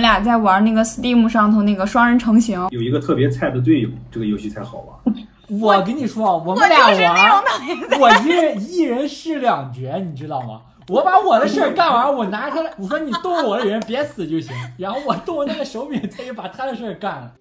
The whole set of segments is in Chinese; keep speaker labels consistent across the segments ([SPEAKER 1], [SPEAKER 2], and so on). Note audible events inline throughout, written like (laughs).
[SPEAKER 1] 俩在玩那个 Steam 上头那个双人成型。
[SPEAKER 2] 有一个特别菜的队友，这个游戏才好玩。
[SPEAKER 3] 我跟你说啊，我
[SPEAKER 1] 我
[SPEAKER 3] 们
[SPEAKER 1] 就
[SPEAKER 3] 俩
[SPEAKER 1] 是那
[SPEAKER 3] 玩
[SPEAKER 1] 种，讨厌
[SPEAKER 3] 我一人一人试两局，你知道吗？我把我的事儿干完，我拿他的，我说你动我的人别死就行，然后我动那个手柄，他就把他的事儿干了。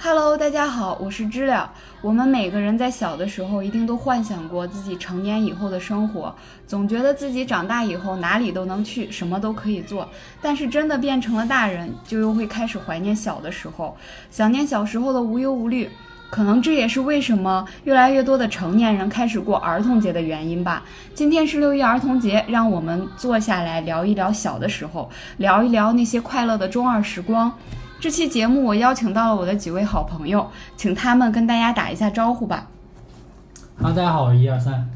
[SPEAKER 1] Hello，大家好，我是知了。我们每个人在小的时候一定都幻想过自己成年以后的生活，总觉得自己长大以后哪里都能去，什么都可以做。但是真的变成了大人，就又会开始怀念小的时候，想念小时候的无忧无虑。可能这也是为什么越来越多的成年人开始过儿童节的原因吧。今天是六一儿童节，让我们坐下来聊一聊小的时候，聊一聊那些快乐的中二时光。这期节目我邀请到了我的几位好朋友，请他们跟大家打一下招呼吧。
[SPEAKER 3] 哈，啊大家好，我是一二三。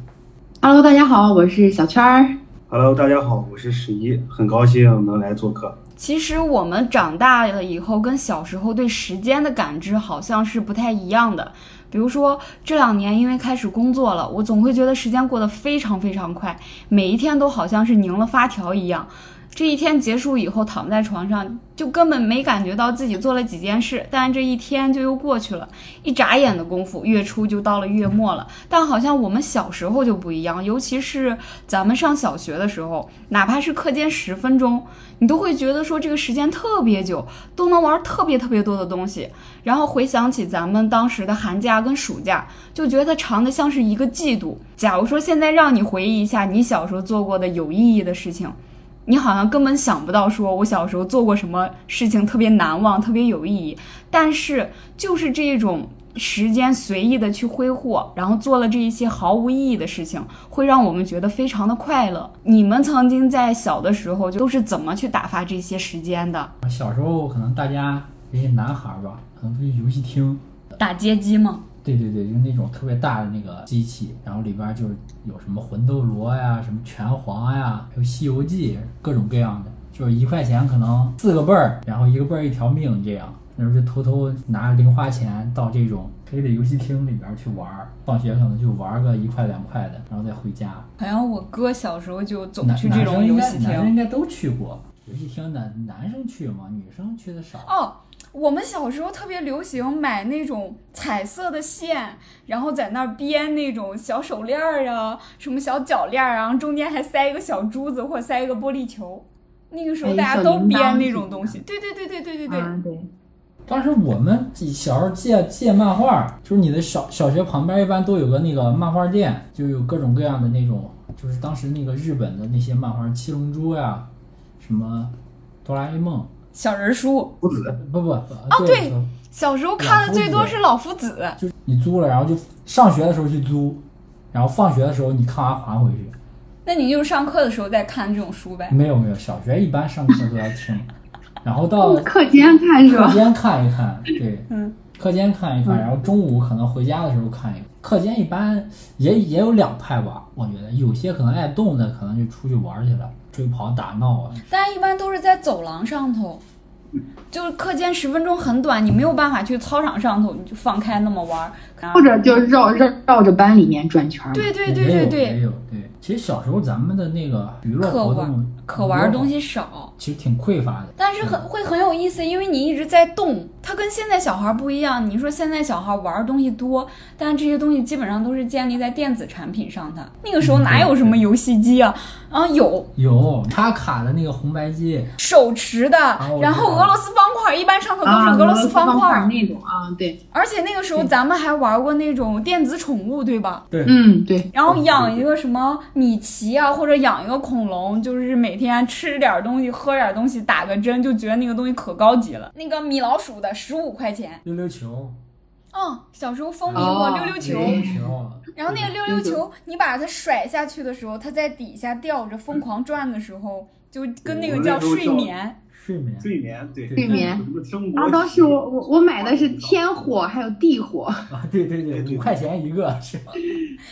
[SPEAKER 4] Hello，大家好，我是小圈儿。
[SPEAKER 2] Hello，大家好，我是十一，很高兴能来做客。
[SPEAKER 1] 其实我们长大了以后，跟小时候对时间的感知好像是不太一样的。比如说这两年，因为开始工作了，我总会觉得时间过得非常非常快，每一天都好像是拧了发条一样。这一天结束以后，躺在床上就根本没感觉到自己做了几件事，但这一天就又过去了。一眨眼的功夫，月初就到了月末了。但好像我们小时候就不一样，尤其是咱们上小学的时候，哪怕是课间十分钟，你都会觉得说这个时间特别久，都能玩特别特别多的东西。然后回想起咱们当时的寒假跟暑假，就觉得长的像是一个季度。假如说现在让你回忆一下你小时候做过的有意义的事情，你好像根本想不到说我小时候做过什么事情特别难忘、特别有意义。但是就是这种时间随意的去挥霍，然后做了这一些毫无意义的事情，会让我们觉得非常的快乐。你们曾经在小的时候就都是怎么去打发这些时间的？
[SPEAKER 3] 小时候可能大家这些男孩儿吧，可能去游戏厅，
[SPEAKER 1] 打街机吗？
[SPEAKER 3] 对对对，就是那种特别大的那个机器，然后里边儿就是有什么魂斗罗呀、什么拳皇呀，还有西游记，各种各样的，就是一块钱可能四个辈儿，然后一个辈儿一条命这样。那时候就偷偷拿零花钱到这种黑的游戏厅里边儿去玩儿，放学可能就玩儿个一块两块的，然后再回家。
[SPEAKER 1] 好像我哥小时候就总
[SPEAKER 3] 男
[SPEAKER 1] 去这种游戏
[SPEAKER 3] 男生应该男生
[SPEAKER 1] 厅。
[SPEAKER 3] 应该都去过。游戏厅男男生去嘛，女生去的少。
[SPEAKER 1] 哦，我们小时候特别流行买那种彩色的线，然后在那儿编那种小手链儿啊，什么小脚链儿啊，然后中间还塞一个小珠子或者塞一个玻璃球。那个时候
[SPEAKER 4] 哎
[SPEAKER 1] 大家
[SPEAKER 4] 小
[SPEAKER 1] 都
[SPEAKER 4] 铃铛
[SPEAKER 1] 编那
[SPEAKER 4] 是
[SPEAKER 1] 种
[SPEAKER 4] 吧
[SPEAKER 1] 东西，对对对对对对对。
[SPEAKER 4] 啊，对，
[SPEAKER 3] 当时我们小时候借借漫画，就是你的小小学旁边一般都有个那个漫画店，就有各种各样的那种，就是当时那个日本的那些漫画，七龙珠呀、什么哆啦 A 梦，
[SPEAKER 1] 小人书，
[SPEAKER 2] 夫子，
[SPEAKER 3] 不不哦
[SPEAKER 1] 对小时候看的最多是老夫子，
[SPEAKER 3] 就是你租了，然后就上学的时候去租，然后放学的时候你看完还回去。
[SPEAKER 1] 那你就是上课的时候再看这种书
[SPEAKER 4] 嗯
[SPEAKER 1] 呗。
[SPEAKER 3] 没有没有，小学一般上课都要听，然后到
[SPEAKER 4] 哦课间看是
[SPEAKER 3] 课
[SPEAKER 4] 吧？
[SPEAKER 3] 间看一看，对，
[SPEAKER 1] 嗯，
[SPEAKER 3] 课间看一看，然后中午可能回家的时候看一看。课间一般也也有两派吧，我觉得有些可能爱动的，可能就出去玩去了，追跑打闹啊。
[SPEAKER 1] 但一般都是在走廊上头，就是课间十分钟很短，你没有办法去操场上头，你就放开那么玩儿。
[SPEAKER 4] 或者就绕绕绕着班里面转圈儿。，
[SPEAKER 1] 对对对
[SPEAKER 3] 也有
[SPEAKER 1] 对
[SPEAKER 3] 也
[SPEAKER 1] 对，
[SPEAKER 3] 有对。其实小时候咱们的那个娱乐
[SPEAKER 1] 可
[SPEAKER 3] 活
[SPEAKER 1] 玩
[SPEAKER 3] 动，
[SPEAKER 1] 可玩的东
[SPEAKER 3] 西
[SPEAKER 1] 西少，
[SPEAKER 3] 其实挺匮乏的。
[SPEAKER 1] 但是很会很有意思，因为你一直在动。它跟现在小孩不一样，你说现在小孩玩的东西多，但这些东西基本上都是建立在电子产品上的。那个时候哪有什么游戏机啊？啊，有
[SPEAKER 3] 有插卡的那个红白机，
[SPEAKER 1] 手持的
[SPEAKER 3] 我，
[SPEAKER 1] 然后
[SPEAKER 3] 知道
[SPEAKER 1] 俄罗斯方块，一般上头都
[SPEAKER 4] 啊，
[SPEAKER 1] 是俄罗斯
[SPEAKER 4] 方
[SPEAKER 1] 方块。
[SPEAKER 4] 那种啊，对，
[SPEAKER 1] 而且那个时候
[SPEAKER 4] 对
[SPEAKER 1] 咱们还玩过那种电子宠物，对吧？
[SPEAKER 3] 对，
[SPEAKER 4] 嗯，对，
[SPEAKER 1] 然后养一个什么米奇啊，或者养一个恐龙，就是每天吃点儿东西，喝点儿东西，打个针，就觉得那个东西可高级了。那个米老鼠的十五块钱，
[SPEAKER 3] 溜溜球，
[SPEAKER 1] 嗯，小时候风靡过
[SPEAKER 4] 哦
[SPEAKER 1] 溜溜球。
[SPEAKER 3] 溜溜球，
[SPEAKER 1] 然后那个溜溜球，你把它甩下去的时候，它在底下吊着疯狂转的时候，就跟那个叫睡眠。
[SPEAKER 3] 睡眠，
[SPEAKER 2] 睡眠，对，
[SPEAKER 3] 对
[SPEAKER 4] 睡眠
[SPEAKER 2] 什么中国
[SPEAKER 4] 啊，当时我我我买的是天火还有地火，
[SPEAKER 3] 啊，对对
[SPEAKER 2] 对对
[SPEAKER 3] 五块钱一个是吧？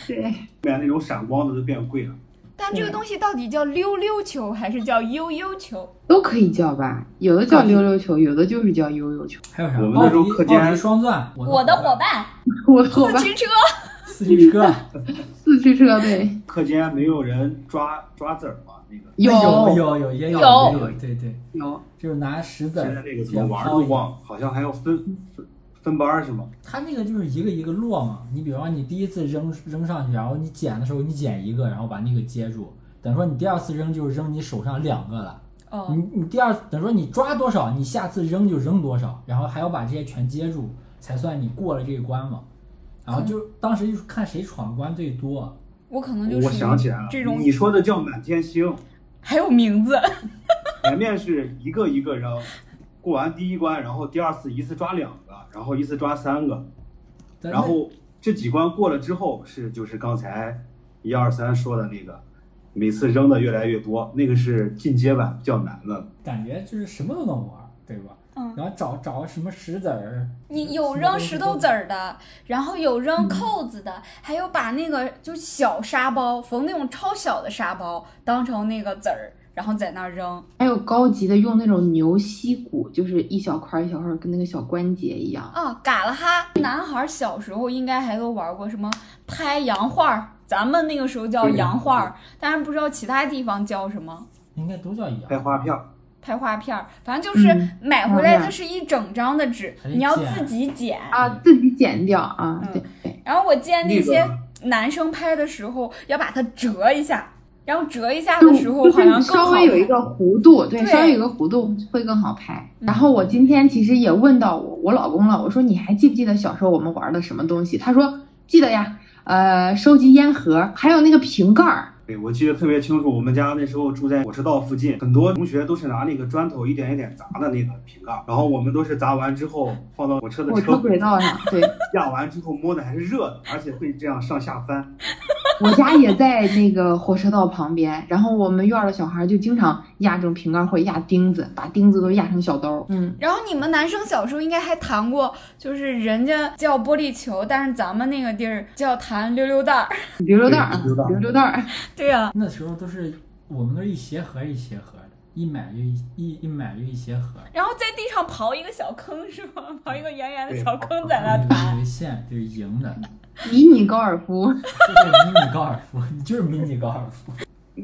[SPEAKER 4] 对，
[SPEAKER 2] 买那种闪光的都变贵了。
[SPEAKER 1] 但这个东西到底叫溜溜球还是叫悠悠球？
[SPEAKER 4] 都可以叫吧，有的叫溜溜球，有的就是叫悠悠球。 (laughs)
[SPEAKER 3] 还有啥？
[SPEAKER 2] 我们那时候
[SPEAKER 3] 奥迪
[SPEAKER 2] 课间
[SPEAKER 3] 奥迪双钻，
[SPEAKER 1] 我的伙伴 (laughs)
[SPEAKER 4] 我伙
[SPEAKER 1] 自
[SPEAKER 4] 伴
[SPEAKER 1] 行车，
[SPEAKER 3] 四驱车，
[SPEAKER 4] 四驱车对，
[SPEAKER 2] 课间没有人抓抓子儿吗？那个
[SPEAKER 4] 有
[SPEAKER 3] 有有有也有
[SPEAKER 1] 哦有
[SPEAKER 3] 也有，对对，
[SPEAKER 4] 有
[SPEAKER 3] 就是拿石子
[SPEAKER 2] 现在
[SPEAKER 3] 儿
[SPEAKER 2] 这个
[SPEAKER 3] 直
[SPEAKER 2] 怎
[SPEAKER 3] 接
[SPEAKER 2] 么玩儿都
[SPEAKER 3] 抛。
[SPEAKER 2] 忘了，好像还要分分分班儿是吗？
[SPEAKER 3] 它那个就是一个一个落嘛，你比方说你第一次扔扔上去，然后你捡的时候你捡一个，然后把那个接住，等于说你第二次扔就是扔你手上两个了。
[SPEAKER 1] 哦，
[SPEAKER 3] 你你第二等于说你抓多少，你下次扔就扔多少，然后还要把这些全接住，才算你过了这一关嘛。然后
[SPEAKER 1] 嗯
[SPEAKER 3] 就当时就是看谁闯关最多，
[SPEAKER 1] 我可能就
[SPEAKER 2] 我
[SPEAKER 1] 是
[SPEAKER 2] 想起来了
[SPEAKER 1] 这种，，
[SPEAKER 2] 你说的叫满天星，
[SPEAKER 1] 还有名字， (laughs)
[SPEAKER 2] 前面是一个一个扔，过完第一关，然后第二次一次抓两个，然后一次抓三个，
[SPEAKER 3] 但
[SPEAKER 2] 然后这几关过了之后是就是刚才一二三说的那个，每次扔的越来越多，那个是进阶版比较难的。
[SPEAKER 3] 感觉就是什么都能玩儿，对吧？
[SPEAKER 1] 嗯
[SPEAKER 3] 然后找找什么石子儿，
[SPEAKER 1] 你有扔石头子儿的，然后有扔扣子的，还有把那个就小沙包缝那种超小的沙包当成那个子儿，然后在那儿扔。
[SPEAKER 4] 还有高级的用那种牛膝骨，就是一小块儿一小块儿，跟那个小关节一样。
[SPEAKER 1] 啊，嘎啦哈！男孩小时候应该还都玩过什么拍洋画儿，咱们那个时候叫洋画儿，但是不知道其他地方叫什么。
[SPEAKER 3] 应该都叫一样。
[SPEAKER 2] 拍花片儿，
[SPEAKER 1] 拍画片儿，反正就是
[SPEAKER 4] 嗯
[SPEAKER 1] 买
[SPEAKER 4] 画
[SPEAKER 1] 回来
[SPEAKER 4] 片
[SPEAKER 1] 它是一整张的纸，
[SPEAKER 3] 还得
[SPEAKER 1] 你要
[SPEAKER 3] 剪
[SPEAKER 1] 自己剪。
[SPEAKER 4] 啊，自己剪掉啊
[SPEAKER 1] 嗯，
[SPEAKER 4] 对对，
[SPEAKER 1] 然后我见那
[SPEAKER 2] 那
[SPEAKER 1] 些
[SPEAKER 2] 个
[SPEAKER 1] 男生拍的时候要把它折一下，然后折一下
[SPEAKER 4] 就
[SPEAKER 1] 的时候好像
[SPEAKER 4] 就是稍
[SPEAKER 1] 更好
[SPEAKER 4] 微有一个弧度，对，
[SPEAKER 1] 对
[SPEAKER 4] 稍微有一个弧度会更好拍。
[SPEAKER 1] 嗯
[SPEAKER 4] 然后我今天其实也问到我我老公了，我说你还记不记得小时候我们玩的什么东西？他说记得呀，呃，收集烟盒，还有那个瓶盖儿，
[SPEAKER 2] 对我记得特别清楚。我们家那时候住在火车道附近，很多同学都是拿那个砖头一点一点砸的那个瓶盖儿，然后我们都是砸完之后放到火车的
[SPEAKER 4] 火
[SPEAKER 2] 车
[SPEAKER 4] 车轨道上，
[SPEAKER 2] (laughs)
[SPEAKER 4] 对。
[SPEAKER 2] 压完之后摸的还是热的，而且会这样上下翻。
[SPEAKER 4] 我家也在那个火车道旁边，然后我们院儿的小孩就经常压这种瓶盖或者压钉子，把钉子都压成小兜儿。嗯，
[SPEAKER 1] 然后你们男生小时候应该还弹过，就是人家叫玻璃球，但是咱们那个地儿叫弹溜溜蛋儿。
[SPEAKER 4] 比如溜蛋儿，
[SPEAKER 2] 对溜蛋儿
[SPEAKER 4] 比如溜蛋儿，
[SPEAKER 1] 对啊呀、
[SPEAKER 3] 那时候都是我们都是一鞋盒一鞋盒的，一买就一一一买就一鞋盒，
[SPEAKER 1] 然后在地上刨一个小坑是吗？刨一个圆圆的
[SPEAKER 2] 对
[SPEAKER 1] 小坑在那
[SPEAKER 3] 然
[SPEAKER 1] 儿
[SPEAKER 3] 后
[SPEAKER 1] 弹。
[SPEAKER 3] 有一个线就是赢的，
[SPEAKER 4] 迷你高尔
[SPEAKER 3] 就
[SPEAKER 4] 夫。
[SPEAKER 3] 是迷你高尔夫， (laughs) 你就是迷你高尔夫。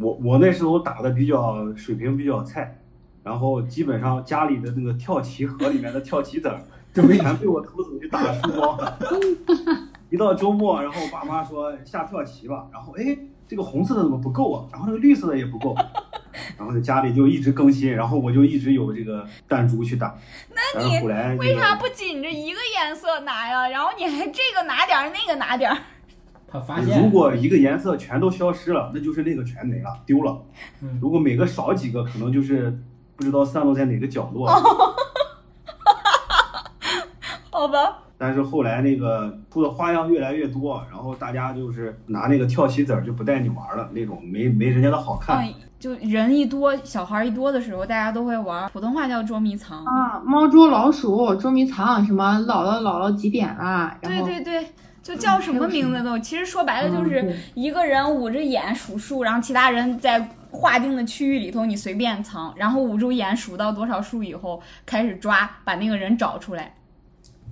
[SPEAKER 2] 我我那时候打的比较水平比较菜，然后基本上家里的那个跳棋盒里面的跳棋子儿，
[SPEAKER 3] 对
[SPEAKER 2] (laughs)
[SPEAKER 3] 不对？
[SPEAKER 2] 全被我偷走去打输光了。一到周末，然后我爸妈说下跳棋吧，然后哎，这个红色的怎么不够啊？然后那个绿色的也不够，然后在家里就一直更新，然后我就一直有这个弹珠去打。那
[SPEAKER 1] 你
[SPEAKER 2] 后来、这个、
[SPEAKER 1] 为啥不紧着一个颜色拿呀？然后你还这个拿点儿，那个拿点儿。
[SPEAKER 3] 他发现
[SPEAKER 2] 如果一个颜色全都消失了，那就是那个全没了，丢了。
[SPEAKER 3] 嗯
[SPEAKER 2] 如果每个少几个，可能就是不知道散落在哪个角
[SPEAKER 1] 哦
[SPEAKER 2] 落了。
[SPEAKER 1] 好吧，
[SPEAKER 2] 但是后来那个出的花样越来越多，然后大家就是拿那个跳棋子儿就不带你玩了，那种没没人家的好看。
[SPEAKER 1] 嗯，就人一多，小孩一多的时候，大家都会玩儿，普通话叫捉迷藏。
[SPEAKER 4] 啊，猫捉老鼠，捉迷藏，什么姥姥姥姥几点啦？然
[SPEAKER 1] 对
[SPEAKER 4] 后
[SPEAKER 1] 对对，就叫什么名字都，其实说白了就
[SPEAKER 4] 嗯
[SPEAKER 1] 是
[SPEAKER 4] 对
[SPEAKER 1] 一个人捂着眼数数，然后其他人在划定的区域里头你随便藏，然后捂住眼数到多少数以后开始抓，把那个人找出来。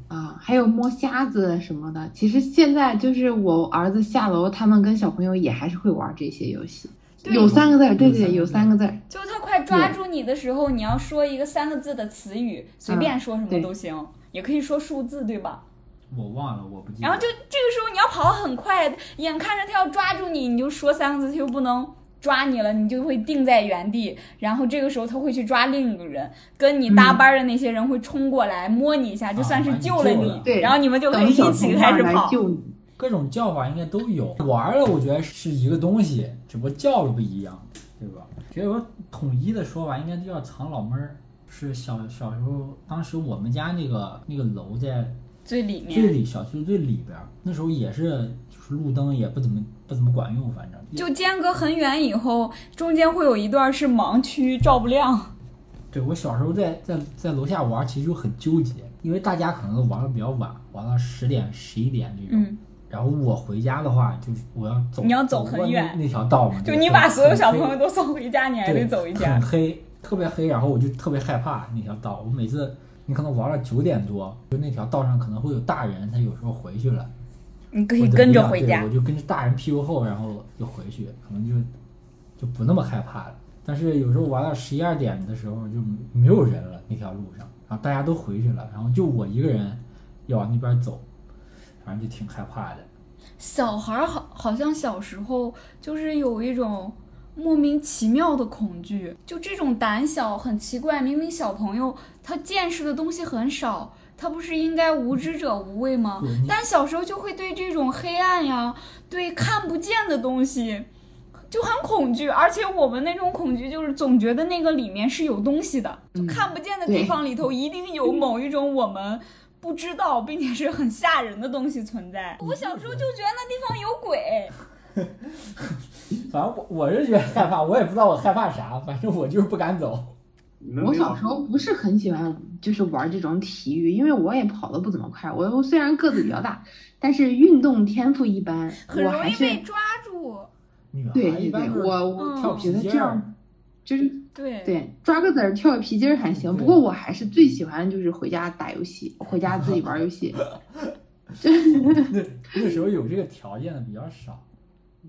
[SPEAKER 4] 啊，还有摸瞎子什么的。其实现在就是我儿子下楼，他们跟小朋友也还是会玩这些游戏。
[SPEAKER 1] 对
[SPEAKER 4] 有三个字儿，对对，
[SPEAKER 3] 有
[SPEAKER 4] 有
[SPEAKER 3] 三
[SPEAKER 4] 三个字儿。
[SPEAKER 1] 就是他快抓住你的时候，你要说一个三个字的词语，随便说什么
[SPEAKER 4] 对
[SPEAKER 1] 都行，也可以说数字，对吧？
[SPEAKER 3] 我忘了，我不记得。
[SPEAKER 1] 然后就这个时候你要跑很快，眼看着他要抓住你，你就说三个字，他又不能抓你了，你就会定在原地。然后这个时候他会去抓另一个人，跟你搭班的那些人会冲过来摸你一下，就算是救了你。
[SPEAKER 3] 啊把你救了
[SPEAKER 4] 对
[SPEAKER 1] 然后你们就可
[SPEAKER 4] 等
[SPEAKER 1] 以
[SPEAKER 4] 小
[SPEAKER 1] 一
[SPEAKER 4] 朋
[SPEAKER 1] 起
[SPEAKER 4] 友
[SPEAKER 1] 开始
[SPEAKER 4] 来
[SPEAKER 1] 跑。
[SPEAKER 4] 救你。
[SPEAKER 3] 各种叫法应该都有，玩了我觉得是一个东西，只不过叫了不一样，对吧？只有统一的说法，应该就叫藏老妹儿。是小小时候，当时我们家那个那个楼在
[SPEAKER 1] 最里
[SPEAKER 3] 最
[SPEAKER 1] 面
[SPEAKER 3] 里小区最里边儿，那时候也是就是路灯也不怎么不怎么管用，反正
[SPEAKER 1] 就间隔很远以后，中间会有一段是盲区，照不亮。
[SPEAKER 3] 对我小时候在在在楼下玩，其实就很纠结，因为大家可能都玩的比较晚，玩到十点十一点这种。
[SPEAKER 1] 嗯，
[SPEAKER 3] 然后我回家的话，就是我要走，
[SPEAKER 1] 你要走
[SPEAKER 3] 过
[SPEAKER 1] 很
[SPEAKER 3] 那
[SPEAKER 1] 远
[SPEAKER 3] 那条道嘛，
[SPEAKER 1] (laughs) 就
[SPEAKER 3] 对
[SPEAKER 1] 你
[SPEAKER 3] 很
[SPEAKER 1] 把所有
[SPEAKER 3] 很
[SPEAKER 1] 小
[SPEAKER 3] 黑
[SPEAKER 1] 朋友都送回家，你还
[SPEAKER 3] 对，
[SPEAKER 1] 得走一家
[SPEAKER 3] (laughs) 很。黑，特别黑，然后我就特别害怕那条道。我每次你可能玩到九点多，就那条道上可能会有大人，他有时候回去了，
[SPEAKER 1] 你可
[SPEAKER 3] 我
[SPEAKER 1] 以
[SPEAKER 3] 就
[SPEAKER 1] 跟着
[SPEAKER 3] 不要
[SPEAKER 1] 回
[SPEAKER 3] 对
[SPEAKER 1] 家
[SPEAKER 3] 我。就跟着大人屁股后，然后就回去，可能就就不那么害怕了。但是有时候玩到十一二点的时候，就没有人了那条路上，然后大家都回去了，然后就我一个人要往那边走，反正就挺害怕的。
[SPEAKER 1] 小孩儿好，好像小时候就是有一种莫名其妙的恐惧，就这种胆小很奇怪。明明小朋友他见识的东西很少，他不是应该无知者无畏吗
[SPEAKER 3] 对你？
[SPEAKER 1] 但小时候就会对这种黑暗呀，对看不见的东西。就很恐惧，而且我们那种恐惧就是总觉得那个里面是有东西的，
[SPEAKER 3] 嗯
[SPEAKER 1] 就看不见的地
[SPEAKER 4] 对
[SPEAKER 1] 方里头一定有某一种我们不知道并且是很吓人的东西存在。我小时候就觉得那地方有鬼，
[SPEAKER 3] 反正我我是觉得害怕，我也不知道我害怕啥，反正我就是不敢走。
[SPEAKER 2] 你们
[SPEAKER 4] 我
[SPEAKER 2] 没
[SPEAKER 4] 小
[SPEAKER 2] 有
[SPEAKER 4] 时候不是很喜欢，就是玩这种体育，因为我也跑得不怎么快。我我虽然个子比较大，但是运动天赋一般，
[SPEAKER 1] 很
[SPEAKER 4] 我
[SPEAKER 1] 容
[SPEAKER 4] 还
[SPEAKER 1] 易
[SPEAKER 4] 是
[SPEAKER 1] 被抓住。
[SPEAKER 3] 女孩
[SPEAKER 4] 对
[SPEAKER 3] 一
[SPEAKER 4] 对
[SPEAKER 3] 般
[SPEAKER 4] 对，
[SPEAKER 3] 都是
[SPEAKER 4] 我我
[SPEAKER 1] 嗯
[SPEAKER 3] 跳
[SPEAKER 4] 觉
[SPEAKER 3] 皮
[SPEAKER 4] 得
[SPEAKER 3] 筋
[SPEAKER 4] 这
[SPEAKER 3] 儿 (laughs)
[SPEAKER 4] 样，就是
[SPEAKER 1] 对，
[SPEAKER 4] 对抓个子儿跳个皮筋儿还行。不过我还是最喜欢就是回家打游戏，回家自己玩游戏。
[SPEAKER 3] 那那时候有这个条件的比较少，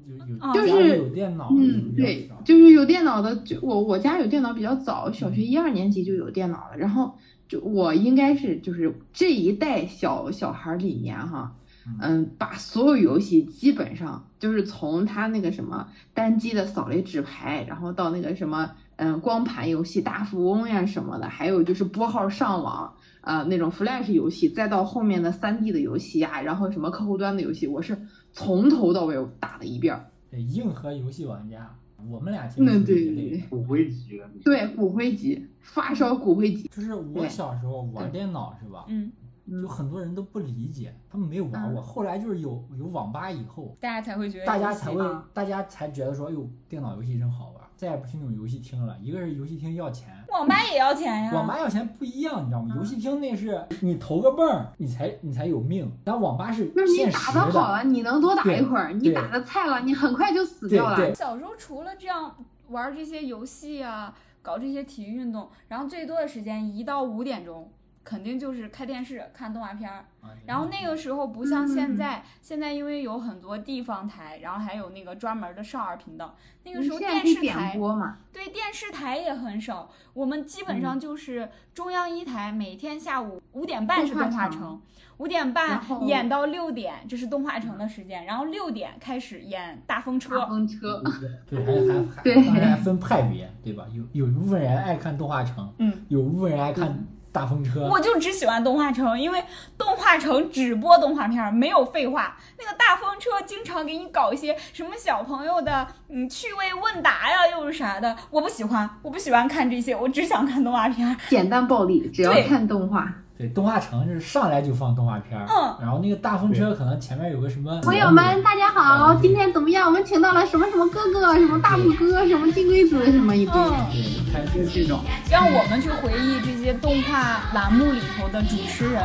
[SPEAKER 3] 有有
[SPEAKER 1] 啊
[SPEAKER 3] 家里
[SPEAKER 4] 哦就是
[SPEAKER 3] 有电脑的
[SPEAKER 4] 嗯，
[SPEAKER 3] 比较
[SPEAKER 4] 对
[SPEAKER 3] 少，
[SPEAKER 4] 就是有电脑的，就我我家有电脑比较早，小学一二年级就有电脑了。然后就我应该是就是这一代小小孩儿里面哈，嗯，把所有游戏基本上就是从他那个什么单机的扫雷纸牌，然后到那个什么嗯光盘游戏大富翁呀什么的，还有就是拨号上网。啊、那种 Flash 游戏，再到后面的 3D 的游戏呀、然后什么客户端的游戏，我是从头到尾我打了一遍儿。
[SPEAKER 3] 对呃硬核游戏玩家，我们俩其实
[SPEAKER 4] 那
[SPEAKER 3] 是
[SPEAKER 4] 对
[SPEAKER 3] 一
[SPEAKER 4] 对
[SPEAKER 3] 类
[SPEAKER 4] 对
[SPEAKER 3] 的。
[SPEAKER 2] 骨灰级的，
[SPEAKER 4] 对，骨灰级，发烧骨灰级，
[SPEAKER 3] 就是我
[SPEAKER 4] 对
[SPEAKER 3] 小时候玩电脑是吧？
[SPEAKER 1] 嗯，
[SPEAKER 3] 就很多人都不理解，他们没有玩
[SPEAKER 4] 嗯
[SPEAKER 3] 过。后来就是有有网吧以后，
[SPEAKER 1] 大家才会觉得
[SPEAKER 3] 大家才会
[SPEAKER 4] 啊
[SPEAKER 3] 大家才觉得说，哎呦，电脑游戏真好玩，再也不去那种游戏厅了。一个是游戏厅要钱，
[SPEAKER 1] 网吧也要钱
[SPEAKER 4] 啊
[SPEAKER 1] 呀。
[SPEAKER 3] 网吧要钱不一样，你知道吗？游
[SPEAKER 4] 嗯
[SPEAKER 3] 戏厅那是你投个泵儿，你才你才有命，但网吧是
[SPEAKER 4] 那你
[SPEAKER 3] 限
[SPEAKER 4] 打
[SPEAKER 3] 时
[SPEAKER 4] 的好了，啊你能多打
[SPEAKER 3] 对
[SPEAKER 4] 一会儿；你
[SPEAKER 3] 对
[SPEAKER 4] 打的菜了，你很快就死
[SPEAKER 3] 对
[SPEAKER 4] 掉了。
[SPEAKER 3] 对，
[SPEAKER 1] 小时候除了这样玩这些游戏啊，搞这些体育运动，然后最多的时间一到五点钟，肯定就是看电视、看动画片儿。
[SPEAKER 3] 啊
[SPEAKER 1] 然后那个时候不
[SPEAKER 4] 嗯
[SPEAKER 1] 像现在，现在因为有很多地方台，然后还有那个专门的少儿频道。那个时候
[SPEAKER 4] 嗯现在
[SPEAKER 1] 电
[SPEAKER 4] 可以
[SPEAKER 1] 视
[SPEAKER 4] 点
[SPEAKER 1] 台
[SPEAKER 4] 播嘛？
[SPEAKER 1] 对电视台也很少，我们基本上就是中央一台每天下午五点半是动画
[SPEAKER 4] 嗯动画
[SPEAKER 1] 城，五点
[SPEAKER 4] 然
[SPEAKER 1] 半
[SPEAKER 4] 后
[SPEAKER 1] 演到六点，这是动画城的时间，然后六点开始演大风
[SPEAKER 4] 大
[SPEAKER 1] 车。
[SPEAKER 4] 风车，
[SPEAKER 1] 哦
[SPEAKER 3] 对，还还还
[SPEAKER 4] 对
[SPEAKER 3] 当然还分派别，对吧？有有一部分人爱看动画城，
[SPEAKER 1] 嗯，
[SPEAKER 3] 有一部分人爱看大风车，
[SPEAKER 1] 我就只喜欢动画城，因为动画城只播动画片儿，没有废话。那个大风车经常给你搞一些什么小朋友的嗯趣味问答呀，又是啥的，我不喜欢，我不喜欢看这些，我只想看动画片儿。
[SPEAKER 4] 简单暴力，只要
[SPEAKER 1] 对
[SPEAKER 4] 看动画。
[SPEAKER 3] 对，动画城是上来就放动画片儿，
[SPEAKER 1] 嗯
[SPEAKER 3] 然后那个大风车可能前面有个什么
[SPEAKER 4] 朋友们，大家好，今天怎么样？我们请到了什么什么哥哥，什么大拇哥，什么金龟子，什么一堆
[SPEAKER 1] 嗯
[SPEAKER 4] 的，
[SPEAKER 3] 对，开
[SPEAKER 4] 就
[SPEAKER 3] 始
[SPEAKER 4] 是这种。
[SPEAKER 1] 让我们去回忆这些动画栏目里头的主持人，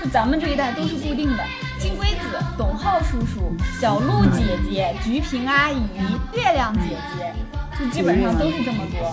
[SPEAKER 1] 就咱们这一代都是固定的：金龟子、董浩叔叔、小鹿姐姐、菊萍阿姨、月亮姐姐，就基本上都是这么多。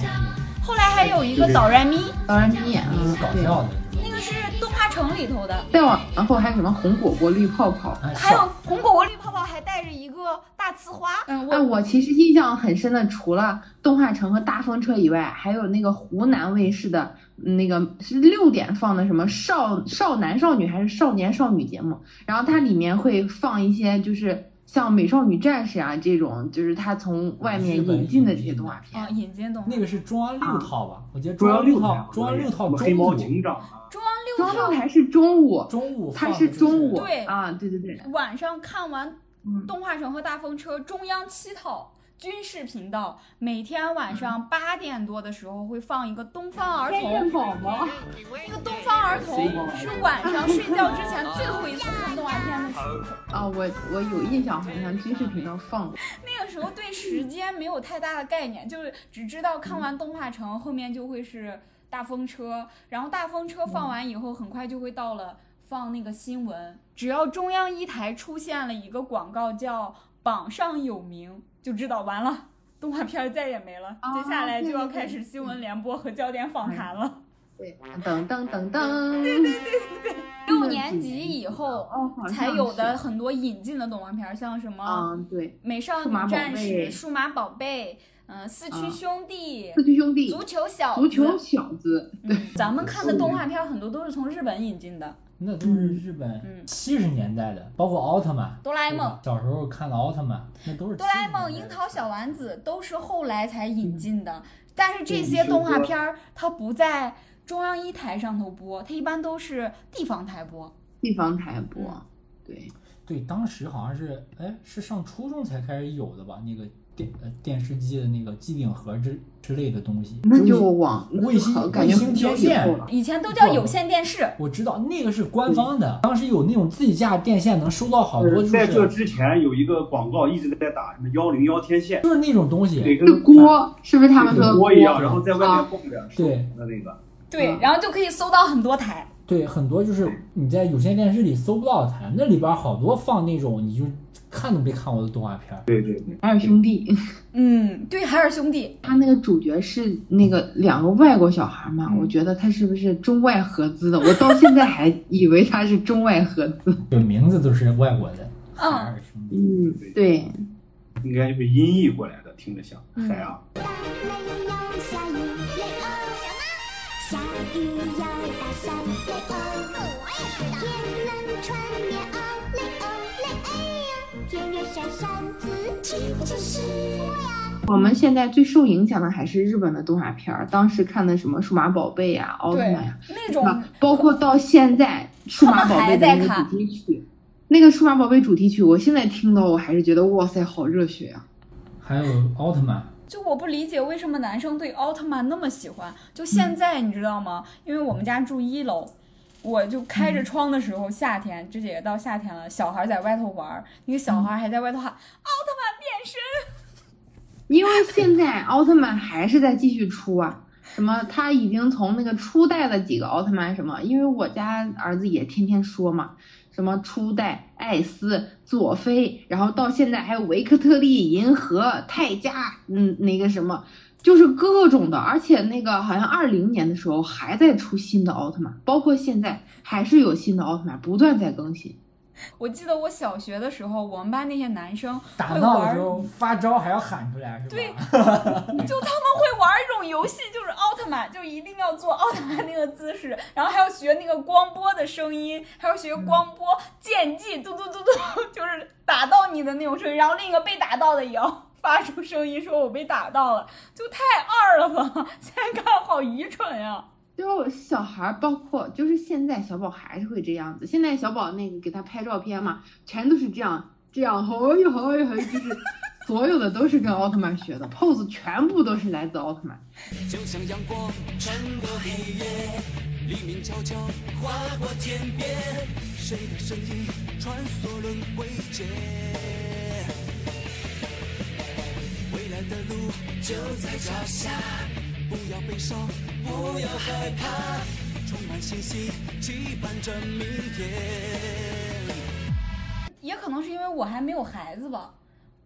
[SPEAKER 1] 后来还有一个哆来咪，
[SPEAKER 4] 当然你演
[SPEAKER 3] 就
[SPEAKER 1] 嗯
[SPEAKER 3] 是
[SPEAKER 4] 啊，
[SPEAKER 3] 搞
[SPEAKER 4] 对。
[SPEAKER 3] 笑的，
[SPEAKER 1] 那个是动画城里头的，
[SPEAKER 4] 再往呃然后还有什么红果果、绿泡泡。
[SPEAKER 3] 哎
[SPEAKER 1] 还有
[SPEAKER 3] 少
[SPEAKER 1] 红果果绿泡泡还带着一个大呲花。嗯，
[SPEAKER 4] 哎，
[SPEAKER 1] 我
[SPEAKER 4] 我其实印象很深的，除了动画城和大风车以外，还有那个湖南卫视的嗯那个是六点放的什么少少男少女还是少年少女节目，然后它里面会放一些就是像美少女战士啊这种，就是它从外面
[SPEAKER 3] 日本
[SPEAKER 4] 引进的这
[SPEAKER 3] 引
[SPEAKER 4] 些
[SPEAKER 3] 进
[SPEAKER 4] 动
[SPEAKER 3] 的
[SPEAKER 4] 画片
[SPEAKER 1] 啊，。引进动画
[SPEAKER 3] 那个是中央六套吧？我记得
[SPEAKER 2] 中
[SPEAKER 3] 央
[SPEAKER 2] 央
[SPEAKER 3] 六
[SPEAKER 2] 六
[SPEAKER 3] 套
[SPEAKER 2] 台，，啊
[SPEAKER 3] 中央六套
[SPEAKER 2] 什么
[SPEAKER 3] 中
[SPEAKER 2] 黑猫
[SPEAKER 3] 午
[SPEAKER 2] 警长啊，
[SPEAKER 1] 中央六
[SPEAKER 4] 中央
[SPEAKER 1] 套
[SPEAKER 4] 六台是中午，
[SPEAKER 3] 中午
[SPEAKER 4] 它
[SPEAKER 3] 放
[SPEAKER 4] 是
[SPEAKER 3] 的就
[SPEAKER 4] 中午
[SPEAKER 1] 对
[SPEAKER 4] 啊，对对对，
[SPEAKER 1] 晚上看完
[SPEAKER 4] 嗯
[SPEAKER 1] 《动画城》和《大风车》，中央七套军事频道每天
[SPEAKER 4] 嗯
[SPEAKER 1] 晚上八点多的时候会放一个《东方儿童》。
[SPEAKER 4] 宝宝，
[SPEAKER 1] 那个《东方儿童》是晚上睡觉之前最后一次看动画片的时候。
[SPEAKER 4] 啊，我我有印象，好像军事频道放过。
[SPEAKER 1] 那个时候对时间没有太大的概念，就是只知道看完《动画城》后面就会是大风车，然后大风车放完以后，很快就会到了放那个新闻。只要中央一台出现了一个广告叫“榜上有名”，就知道完了。动画片儿再也没了，
[SPEAKER 4] 哦
[SPEAKER 1] 接下来就要
[SPEAKER 4] 对对对
[SPEAKER 1] 嗯开始新闻联播和焦点访谈了。
[SPEAKER 4] 对，噔噔噔噔。
[SPEAKER 1] 六年级以后
[SPEAKER 4] 哦，好像
[SPEAKER 1] 才有的
[SPEAKER 4] 是。
[SPEAKER 1] 很多引进的动画片儿，像什么
[SPEAKER 4] 嗯，对，
[SPEAKER 1] 《美少
[SPEAKER 4] 数码
[SPEAKER 1] 女
[SPEAKER 4] 宝
[SPEAKER 1] 战士》
[SPEAKER 4] 贝
[SPEAKER 1] 《数码宝贝》嗯，《四驱
[SPEAKER 4] 啊
[SPEAKER 1] 兄弟》
[SPEAKER 4] 四驱兄弟，
[SPEAKER 1] 足球小
[SPEAKER 4] 足
[SPEAKER 1] 子
[SPEAKER 4] 球小子，
[SPEAKER 1] 嗯，咱们看的动画片儿很多都是从日本引进的，
[SPEAKER 3] 那都是日本
[SPEAKER 1] 嗯
[SPEAKER 3] 七十年代的，包括奥特曼。
[SPEAKER 1] 哆啦 A 梦
[SPEAKER 3] 小时候看的奥特曼，那都是
[SPEAKER 1] 哆啦 A 梦、
[SPEAKER 3] 70
[SPEAKER 1] 樱
[SPEAKER 3] 年代的
[SPEAKER 1] 桃小丸子都是后来才引进的，但是这
[SPEAKER 2] 对
[SPEAKER 1] 些
[SPEAKER 2] 你
[SPEAKER 1] 动
[SPEAKER 2] 说
[SPEAKER 1] 画
[SPEAKER 2] 过
[SPEAKER 1] 片儿它不在中央一台上头播，它一般都是地方台播。
[SPEAKER 4] 地方台播
[SPEAKER 1] 嗯，
[SPEAKER 4] 对，
[SPEAKER 3] 对，当时好像是，哎，是上初中才开始有的吧？那个电呃电视机的那个机顶盒之之类的东西，
[SPEAKER 4] 那就往那
[SPEAKER 3] 卫
[SPEAKER 4] 就
[SPEAKER 3] 星
[SPEAKER 4] 好感
[SPEAKER 3] 卫
[SPEAKER 4] 觉
[SPEAKER 3] 星
[SPEAKER 4] 很久
[SPEAKER 3] 天
[SPEAKER 4] 以
[SPEAKER 3] 线
[SPEAKER 4] 后了。
[SPEAKER 1] 以前都叫
[SPEAKER 3] 哇
[SPEAKER 1] 有线电视，
[SPEAKER 3] 我知道那个是官方的，当时有那种自己架的电线，能收到好嗯多就
[SPEAKER 2] 在这
[SPEAKER 3] 是
[SPEAKER 2] 之前有一个广告一直在打什么幺零幺天线，
[SPEAKER 3] 就是那种东
[SPEAKER 2] 得
[SPEAKER 3] 西，
[SPEAKER 2] 跟
[SPEAKER 4] 是锅，是不是他们说
[SPEAKER 2] 跟
[SPEAKER 4] 的
[SPEAKER 2] 锅一样，然后在外
[SPEAKER 4] 啊
[SPEAKER 2] 面蹦着
[SPEAKER 3] 对
[SPEAKER 2] 的那个。
[SPEAKER 1] 对，
[SPEAKER 4] 嗯
[SPEAKER 1] 然后就可以搜到很多台。
[SPEAKER 3] 对，很多就是你在有线电视里搜不到的台，那里边好多放那种你就看都没看过的动画片儿。
[SPEAKER 2] 对对对，
[SPEAKER 4] 海尔兄弟， (laughs)
[SPEAKER 1] 嗯，对，海尔兄弟，
[SPEAKER 4] 他那个主角是那个两个外国小孩嘛，
[SPEAKER 1] 嗯
[SPEAKER 4] 我觉得他是不是中外合资的？我到现在还以为他是中外合资。
[SPEAKER 3] 就名字都是外国的，海
[SPEAKER 1] 嗯
[SPEAKER 3] 尔兄弟。
[SPEAKER 4] 嗯，对，
[SPEAKER 2] 应该是音译过来的，听着像
[SPEAKER 1] 嗯
[SPEAKER 2] 海啊。
[SPEAKER 5] 下雨雷欧，下雨要打伞雷欧，天冷穿棉袄雷欧雷哎呀，天热扇扇子起起是
[SPEAKER 4] 我们现在最受影响的还是日本的动画片儿，当时看的什么数码宝贝呀、奥特
[SPEAKER 1] 对
[SPEAKER 4] 曼呀、，
[SPEAKER 1] 哦那种
[SPEAKER 4] 啊，包括到现在数码
[SPEAKER 1] (laughs)
[SPEAKER 4] 宝贝的那
[SPEAKER 1] 他们还在
[SPEAKER 4] 个
[SPEAKER 1] 看
[SPEAKER 4] 主题曲，那个数码宝贝主题曲，我现在听到我还是觉得哇塞，好热血啊！
[SPEAKER 3] 还有奥特曼，
[SPEAKER 1] 就我不理解为什么男生对奥特曼那么喜欢。就现在你知道吗？因为我们家住一楼，我就开着窗的时候，夏天这也到夏天了，小孩在外头玩儿，那个小孩还在外头喊、奥特曼变身。
[SPEAKER 4] 因为现在奥特曼还是在继续出啊，什么他已经从那个初代的几个奥特曼什么，因为我家儿子也天天说嘛，什么初代艾斯、佐菲，然后到现在还有维克特利、银河、泰迦，嗯，那个什么。就是各种的，而且那个好像二零年的时候还在出新的奥特曼，包括现在还是有新的奥特曼不断在更新。
[SPEAKER 1] 我记得我小学的时候，我们班那些男生
[SPEAKER 3] 打
[SPEAKER 1] 会
[SPEAKER 3] 闹
[SPEAKER 1] 玩
[SPEAKER 3] 的时
[SPEAKER 1] 儿，
[SPEAKER 3] 候发招还要喊出来，是吧？
[SPEAKER 1] 对 (laughs) 就他们会玩儿一种游戏，就是奥特曼，就一定要做奥特曼那个姿势，然后还要学那个光波的声音，还要学光波剑技，嘟嘟嘟 (laughs) 嘟，就是打到你的那种声音，然后另一个被打到的也要。发出声音说：“我被打到了，就太二了吧！现在看好愚蠢啊呀、
[SPEAKER 4] 就是小孩儿，包括就是现在小宝还是会这样子。现在小宝那个给他拍照片嘛，全都是这样这样，吼一吼一吼，就是 (laughs) 所有的都是跟奥特曼学的 pose，全部都是来自奥特曼。
[SPEAKER 6] 就像阳光穿过黑夜，黎明悄悄划过天边，谁的身影穿梭轮回间？未来的路就在脚下，不要悲伤，不要害怕，充满信心，期盼着明天。
[SPEAKER 1] 也可能是因为我还没有孩子吧，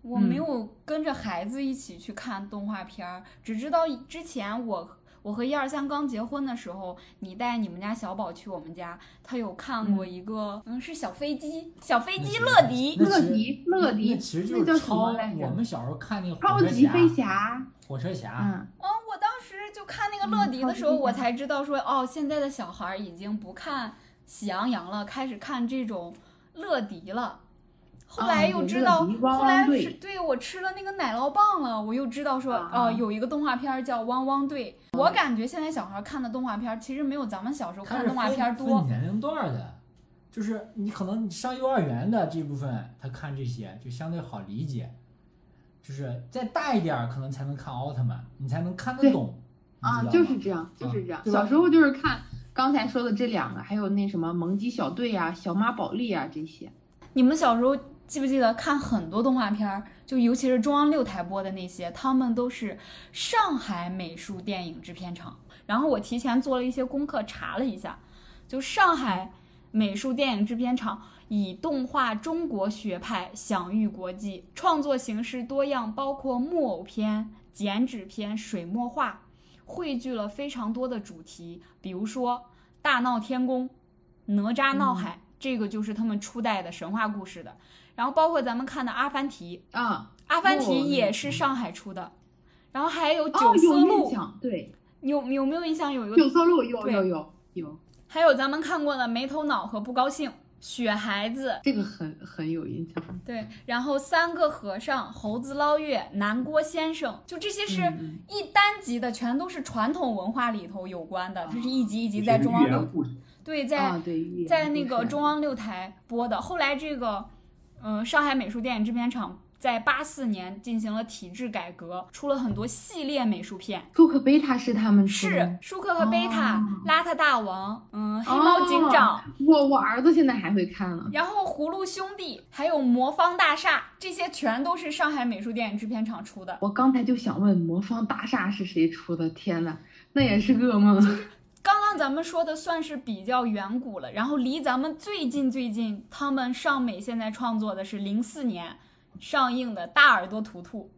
[SPEAKER 1] 我没有跟着孩子一起去看动画片儿，只知道之前我我和一二三刚结婚的时候，你带你们家小宝去我们家，他有看过一个，嗯是小飞机，小飞机乐迪，
[SPEAKER 3] 那
[SPEAKER 4] 乐
[SPEAKER 3] 其实
[SPEAKER 4] 迪乐迪
[SPEAKER 3] (laughs) 那其实
[SPEAKER 4] 那
[SPEAKER 3] 就
[SPEAKER 4] 叫
[SPEAKER 3] 是
[SPEAKER 4] 什
[SPEAKER 3] 超
[SPEAKER 4] 么来着
[SPEAKER 3] 我们小时候看那啊个
[SPEAKER 4] 超
[SPEAKER 3] 火车
[SPEAKER 4] 级
[SPEAKER 3] 侠，
[SPEAKER 4] 飞侠，
[SPEAKER 3] 火车侠，
[SPEAKER 4] 嗯，
[SPEAKER 1] 嗯，我当时就看那个乐迪的时候，
[SPEAKER 4] 嗯好
[SPEAKER 1] 我才知道说，哦，现在的小孩儿已经不看喜羊羊了，开始看这种乐迪了。后来又知道，
[SPEAKER 4] 啊有乐迪汪
[SPEAKER 1] 后来
[SPEAKER 4] 汪队
[SPEAKER 1] 是对我吃了那个奶酪棒了，我又知道说，
[SPEAKER 4] 啊
[SPEAKER 1] 呃，有一个动画片儿叫《汪汪队》。我感觉现在小孩儿看的动画片儿，其实没有咱们小时候
[SPEAKER 3] 它
[SPEAKER 1] 看
[SPEAKER 3] 是
[SPEAKER 1] 动画
[SPEAKER 3] 分
[SPEAKER 1] 片儿
[SPEAKER 3] 分
[SPEAKER 1] 多。
[SPEAKER 3] 年龄段儿的，就是你可能你上幼儿园的这部分，他看这些就相对好理解，就是再大一点儿可能才能看奥特曼，你才能看得
[SPEAKER 4] 对
[SPEAKER 3] 懂，你
[SPEAKER 4] 啊，
[SPEAKER 3] 知道
[SPEAKER 4] 就是
[SPEAKER 3] 吗
[SPEAKER 4] 这样，就是这样
[SPEAKER 3] 啊。对吧
[SPEAKER 4] 小时候就是看刚才说的这两个，还有那什么萌鸡小队呀、小马宝莉呀这些。
[SPEAKER 1] 你们小时候记不记得看很多动画片儿，就尤其是中央六台播的那些，他们都是上海美术电影制片厂。然后我提前做了一些功课，查了一下，就上海美术电影制片厂以动画中国学派享誉国际，创作形式多样，包括木偶片、剪纸片、水墨画。汇聚了非常多的主题，比如说大闹天宫、哪吒闹海，
[SPEAKER 4] 嗯
[SPEAKER 1] 这个就是他们初代的神话故事的。然后包括咱们看的《阿凡提》，
[SPEAKER 4] 啊，
[SPEAKER 1] 《阿凡提
[SPEAKER 4] 哦》
[SPEAKER 1] 也是上海出的。然后还有
[SPEAKER 4] 哦
[SPEAKER 1] 九，色
[SPEAKER 4] 有印
[SPEAKER 1] 鹿，
[SPEAKER 4] 象，对，
[SPEAKER 1] 你有有没有印象？有一个
[SPEAKER 4] 九色鹿有
[SPEAKER 1] 对
[SPEAKER 4] 有有有，
[SPEAKER 1] 还有咱们看过的《没头脑》和《不高兴》，《雪孩子》
[SPEAKER 4] 这个很很有印象。
[SPEAKER 1] 对，然后三个和尚、猴子捞月、南郭先生，就这些是
[SPEAKER 4] 嗯
[SPEAKER 1] 一单集的，全都是传统文化里头有关的，它是一集一集
[SPEAKER 4] 哦
[SPEAKER 2] 一
[SPEAKER 1] 在
[SPEAKER 2] 些
[SPEAKER 1] 中
[SPEAKER 2] 寓
[SPEAKER 1] 央
[SPEAKER 2] 言
[SPEAKER 1] 六
[SPEAKER 2] 故事，
[SPEAKER 1] 对
[SPEAKER 4] 啊，
[SPEAKER 1] 在
[SPEAKER 4] 对，寓言
[SPEAKER 1] 在
[SPEAKER 4] 故
[SPEAKER 1] 那个
[SPEAKER 4] 事啊
[SPEAKER 1] 中央六台播的。后来这个，嗯，上海美术电影制片厂在八四年进行了体制改革，出了很多系列美术片。
[SPEAKER 4] 库克贝塔是他们出的
[SPEAKER 1] 是
[SPEAKER 4] 吗，
[SPEAKER 1] 舒克和贝塔、
[SPEAKER 4] 哦
[SPEAKER 1] 邋遢大王，嗯，黑猫警长，
[SPEAKER 4] 我我儿子现在还会看呢。
[SPEAKER 1] 然后《葫芦兄弟》还有《魔方大厦》，这些全都是上海美术电影制片厂出的。
[SPEAKER 4] 我刚才就想问《魔方大厦》是谁出的？天呐，那也是噩梦。
[SPEAKER 1] 刚刚咱们说的算是比较远古了，然后离咱们最近最近，他们上美现在创作的是零四年上映的《大耳朵图图》。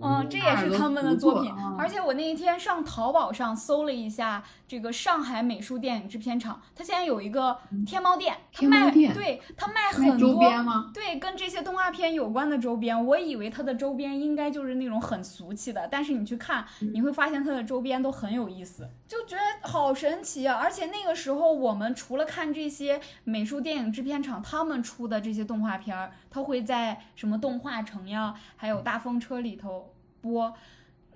[SPEAKER 1] 嗯，这也是他们的作品
[SPEAKER 4] 哦大耳朵图。图啊
[SPEAKER 1] 而且我那一天上淘宝上搜了一下这个上海美术电影制片厂，它现在有一个天猫店，它
[SPEAKER 4] 天猫
[SPEAKER 1] 卖
[SPEAKER 4] 店
[SPEAKER 1] 对它卖
[SPEAKER 4] 卖
[SPEAKER 1] 很
[SPEAKER 4] 周
[SPEAKER 1] 多
[SPEAKER 4] 边吗？
[SPEAKER 1] 对，跟这些动画片有关的周边，我以为它的周边应该就是那种很俗气的，但是你去看，你会发现它的周边都很有意思，就觉得好神奇啊！而且那个时候，我们除了看这些美术电影制片厂他们出的这些动画片儿，它会在什么动画城呀，还有大风车里头播。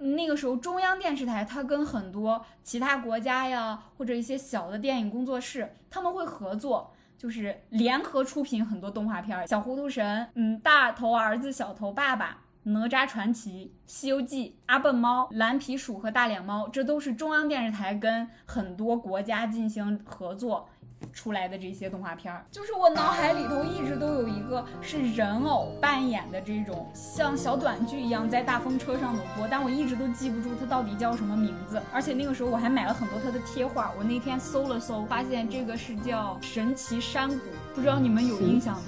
[SPEAKER 1] 嗯那个时候，中央电视台它跟很多其他国家呀，或者一些小的电影工作室，他们会合作，就是联合出品很多动画片儿，小糊涂神，嗯，大头儿子小头爸爸。哪吒传奇、西游记、阿笨猫、蓝皮鼠和大脸猫，这都是中央电视台跟很多国家进行合作出来的这些动画片儿。就是我脑海里头一直都有一个是人偶扮演的这种像小短剧一样在大风车上的播，但我一直都记不住它到底叫什么名字。而且那个时候我还买了很多它的贴画，我那天搜了搜，发现这个是叫《神奇山谷》，不知道你们有印象吗？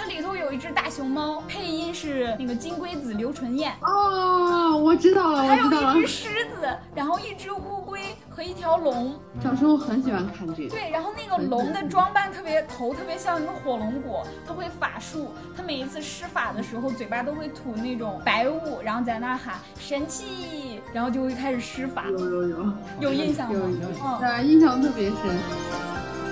[SPEAKER 1] 它里头有一只大熊猫，配音是那个金龟子刘纯燕，
[SPEAKER 4] 哦，我知道了，我
[SPEAKER 1] 还有
[SPEAKER 4] 知道
[SPEAKER 1] 一只
[SPEAKER 4] 了。
[SPEAKER 1] 狮子，然后一只乌龟和一条龙。
[SPEAKER 4] 小时候很喜欢看这个。
[SPEAKER 1] 对，然后那个龙的装扮特别，头特别像一个火龙果，它会法术，它每一次施法的时候，嘴巴都会吐那种白雾，然后在那儿喊神器，然后就会开始施法。
[SPEAKER 4] 有有有，
[SPEAKER 1] 有印象
[SPEAKER 4] 有
[SPEAKER 1] 吗？
[SPEAKER 4] 有
[SPEAKER 1] 嗯，
[SPEAKER 4] 对，印象特别深。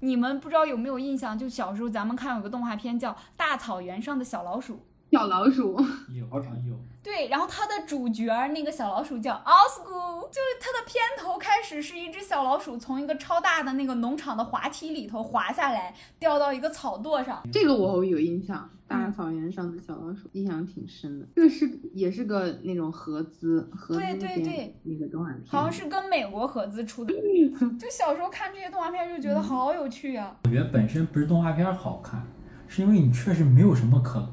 [SPEAKER 1] 你们不知道有没有印象？就小时候咱们看有个动画片叫《大草原上的小老鼠》。
[SPEAKER 4] 小老鼠， (laughs)
[SPEAKER 3] 有啊有，
[SPEAKER 1] 对，然后它的主角儿那个小老鼠叫 Osgo，就是它的片头开始是一只小老鼠从一个超大的那个农场的滑梯里头滑下来，掉到一个草垛上。
[SPEAKER 4] 这个我有印象，《大草原上的小老鼠》印象挺深的。这个是也是个那种合资合资
[SPEAKER 1] 对对
[SPEAKER 4] 电那个动画片，
[SPEAKER 1] 好像是跟美国合资出的， (laughs) 就小时候看这些动画片就
[SPEAKER 4] 嗯
[SPEAKER 1] 觉得好有趣啊！
[SPEAKER 3] 我觉得本身不是动画片好看，是因为你确实没有什么可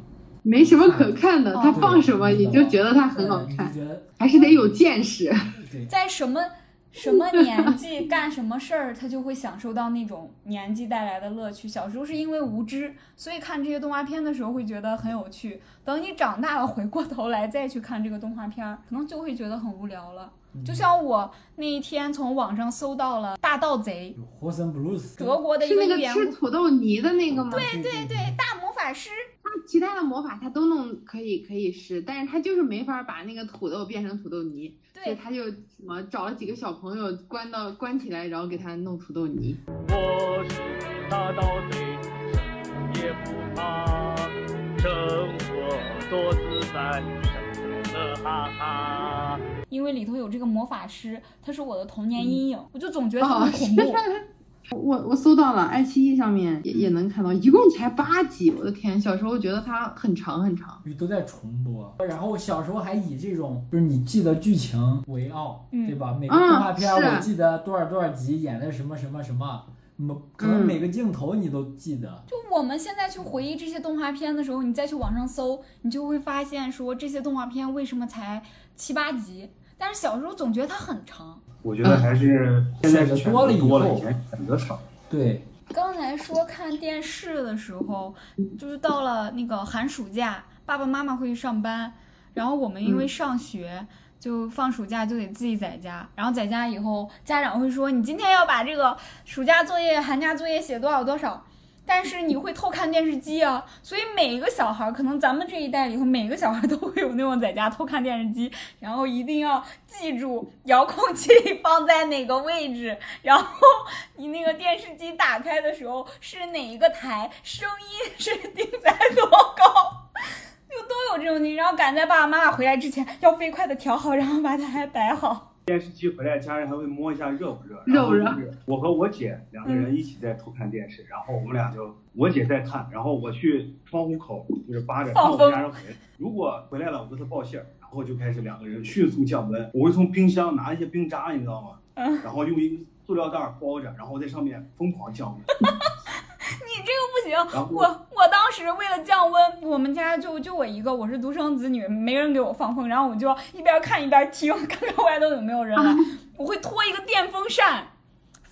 [SPEAKER 4] 没什么可看的，
[SPEAKER 1] 哦
[SPEAKER 4] 它放什么
[SPEAKER 3] 对
[SPEAKER 4] 你就觉得它很好
[SPEAKER 1] 嗯
[SPEAKER 3] 你就
[SPEAKER 4] 看，
[SPEAKER 3] 觉得
[SPEAKER 4] 还是得有见识。
[SPEAKER 3] 对。
[SPEAKER 1] 在什么什么年
[SPEAKER 4] (laughs)
[SPEAKER 1] 纪干什么事儿，他就会享受到那种年纪带来的乐趣。小时候是因为无知，所以看这些动画片的时候会觉得很有趣。等你长大了，回过头来再去看这个动画片儿，可能就会觉得很无聊了。
[SPEAKER 4] 嗯
[SPEAKER 1] 就像我那一天从网上搜到了《大盗贼
[SPEAKER 3] 有活森 blues，》，
[SPEAKER 1] 德国的一
[SPEAKER 4] 嗯是那
[SPEAKER 1] 个
[SPEAKER 4] 个
[SPEAKER 1] 寓言
[SPEAKER 4] 吃
[SPEAKER 1] 故，
[SPEAKER 4] 土豆泥的那个吗？
[SPEAKER 3] 对对对，
[SPEAKER 1] 大魔法师。
[SPEAKER 4] 它其他的魔法它都能可以可以施，但是它就是没法把那个土豆变成土豆泥，
[SPEAKER 1] 对
[SPEAKER 4] 所以他就什么找了几个小朋友关到关起来，然后给他弄土豆泥。
[SPEAKER 7] 我是大盗贼，什么也不怕，生活多自在，乐哈哈。
[SPEAKER 1] 因为里头有这个魔法师，他是我的童年阴影，我就总觉得他
[SPEAKER 4] 哦
[SPEAKER 1] 很，恐怖。
[SPEAKER 4] (laughs)
[SPEAKER 1] 嗯
[SPEAKER 4] 我我搜到了，爱奇艺上面也也能看到，一共才八集，我的天！小时候觉得它很长很
[SPEAKER 1] 嗯
[SPEAKER 4] 长，
[SPEAKER 3] 因为都在重播。然后我小时候还以这种就是你记得剧情为傲，
[SPEAKER 1] 嗯
[SPEAKER 3] 对吧？每个
[SPEAKER 4] 嗯
[SPEAKER 3] 动画片
[SPEAKER 4] 是
[SPEAKER 3] 我记得多少多少集演的什么什么什么，每可能
[SPEAKER 4] 嗯
[SPEAKER 3] 每个镜头你都记
[SPEAKER 1] (laughs)
[SPEAKER 3] 得。
[SPEAKER 1] 就我们现在去回忆这些动画片的时候，你再去网上搜，你就会发现说这些动画片为什么才七八集，但是小时候总觉得它很长。
[SPEAKER 2] 我觉得还是现在是选择多
[SPEAKER 3] 嗯选择多了以后
[SPEAKER 2] 了，以前选择少。
[SPEAKER 3] 对，
[SPEAKER 1] 刚才说看电视的时候，就是到了那个寒暑假，爸爸妈妈会去上班，然后我们因为上学。就放暑假就得自己在家，然后在家以后，家长会说你今天要把这个暑假作业、寒假作业写多少多少，但是你会偷看电视机啊，所以每个小孩儿，可能咱们这一代里头，每个小孩儿都会有那种在家偷看电视机，然后一定要记住遥控器放在哪个位置，然后你那个电视机打开的时候是哪一个台，声音是定在多高。就都有这种题，然后赶在爸爸妈妈回来之前要飞快的调好，然后把它还摆好。
[SPEAKER 2] 电视机回来，家人还会摸一下热不热，
[SPEAKER 4] 热不热
[SPEAKER 2] 然后就是我和我姐两个
[SPEAKER 1] 嗯
[SPEAKER 2] 人一起在偷看电视，然后我们俩就我姐在看，然后我去窗户口就是扒着看
[SPEAKER 1] 放
[SPEAKER 2] 我
[SPEAKER 1] 风
[SPEAKER 2] 们家人回来，如果回来了，我跟她报信儿，然后就开始两个人迅速降温。我会从冰箱拿一些冰渣，你知道吗？
[SPEAKER 1] 嗯
[SPEAKER 2] 然后用一个塑料袋儿包着，然后在上面疯狂
[SPEAKER 1] (laughs)
[SPEAKER 2] 降温。
[SPEAKER 1] 你这个不
[SPEAKER 2] 然
[SPEAKER 1] 行，
[SPEAKER 2] 后
[SPEAKER 1] 我我当时为了降温，我们家就就我一个，我是独生子女，没人给我放风，然后我就要一边看一边听，看看外头有没有人来。我会拖一个电风扇。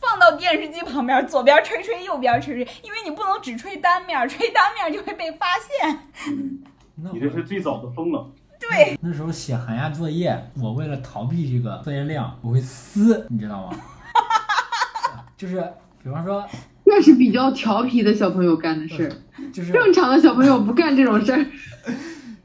[SPEAKER 1] 放到电视机旁边，左边吹吹，右边吹吹，因为你不能只吹单面，吹单面就会被发现。
[SPEAKER 3] 那
[SPEAKER 2] 你这
[SPEAKER 3] 会
[SPEAKER 2] 是最早的风冷，
[SPEAKER 1] 对，
[SPEAKER 3] 那时候写寒假作业，我为了逃避这个作业量，我会撕，你知道吗？就是比方说，
[SPEAKER 4] 这是比较调皮的小朋友干的事儿，
[SPEAKER 3] 就是
[SPEAKER 4] 正常的小朋友不干这种事儿。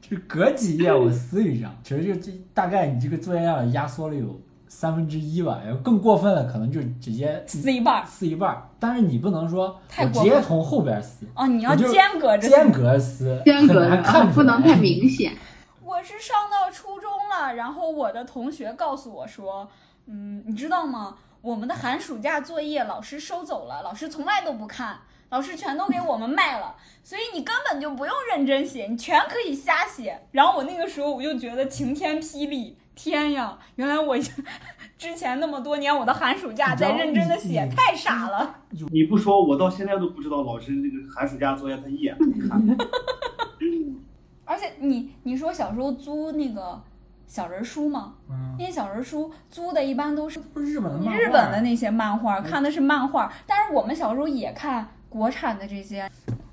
[SPEAKER 3] 就是隔几页我撕一张，其实就这大概你这个作业量压缩了有三分之一吧，然后更过分的可能就直接
[SPEAKER 1] 撕一半儿。
[SPEAKER 3] 撕一半儿，但是你不能说
[SPEAKER 1] 太
[SPEAKER 3] 我
[SPEAKER 1] 过
[SPEAKER 3] 直
[SPEAKER 1] 分
[SPEAKER 3] 接从后边撕，
[SPEAKER 1] 哦，你要
[SPEAKER 3] 我就
[SPEAKER 1] 间隔着撕
[SPEAKER 3] 间隔撕，
[SPEAKER 4] 间隔
[SPEAKER 3] 很难
[SPEAKER 4] 啊
[SPEAKER 3] 看，出
[SPEAKER 4] 不
[SPEAKER 3] 来
[SPEAKER 4] 能太。明显。 (laughs)
[SPEAKER 1] 我是上到初中了，然后我的同学告诉我说，嗯，你知道吗？我们的寒暑假作业老师收走了，老师从来都不看，老师全都给我们卖了，所以你根本就不用认真写，你全可以瞎写。然后我那个时候我就觉得晴天霹雳，天呀！原来我之前那么多年我的寒暑假在认真的写，太傻了。
[SPEAKER 2] 你不说我到现在都不知道老师这个寒暑假作业他一眼没看。
[SPEAKER 1] 而且你你说小时候租那个小人书吗？
[SPEAKER 3] 嗯，
[SPEAKER 1] 那些小人书租的一般都是
[SPEAKER 3] 不是日本的漫画，嗯
[SPEAKER 1] 日本的那些漫画，看的是漫画，但是我们小时候也看国产的这些，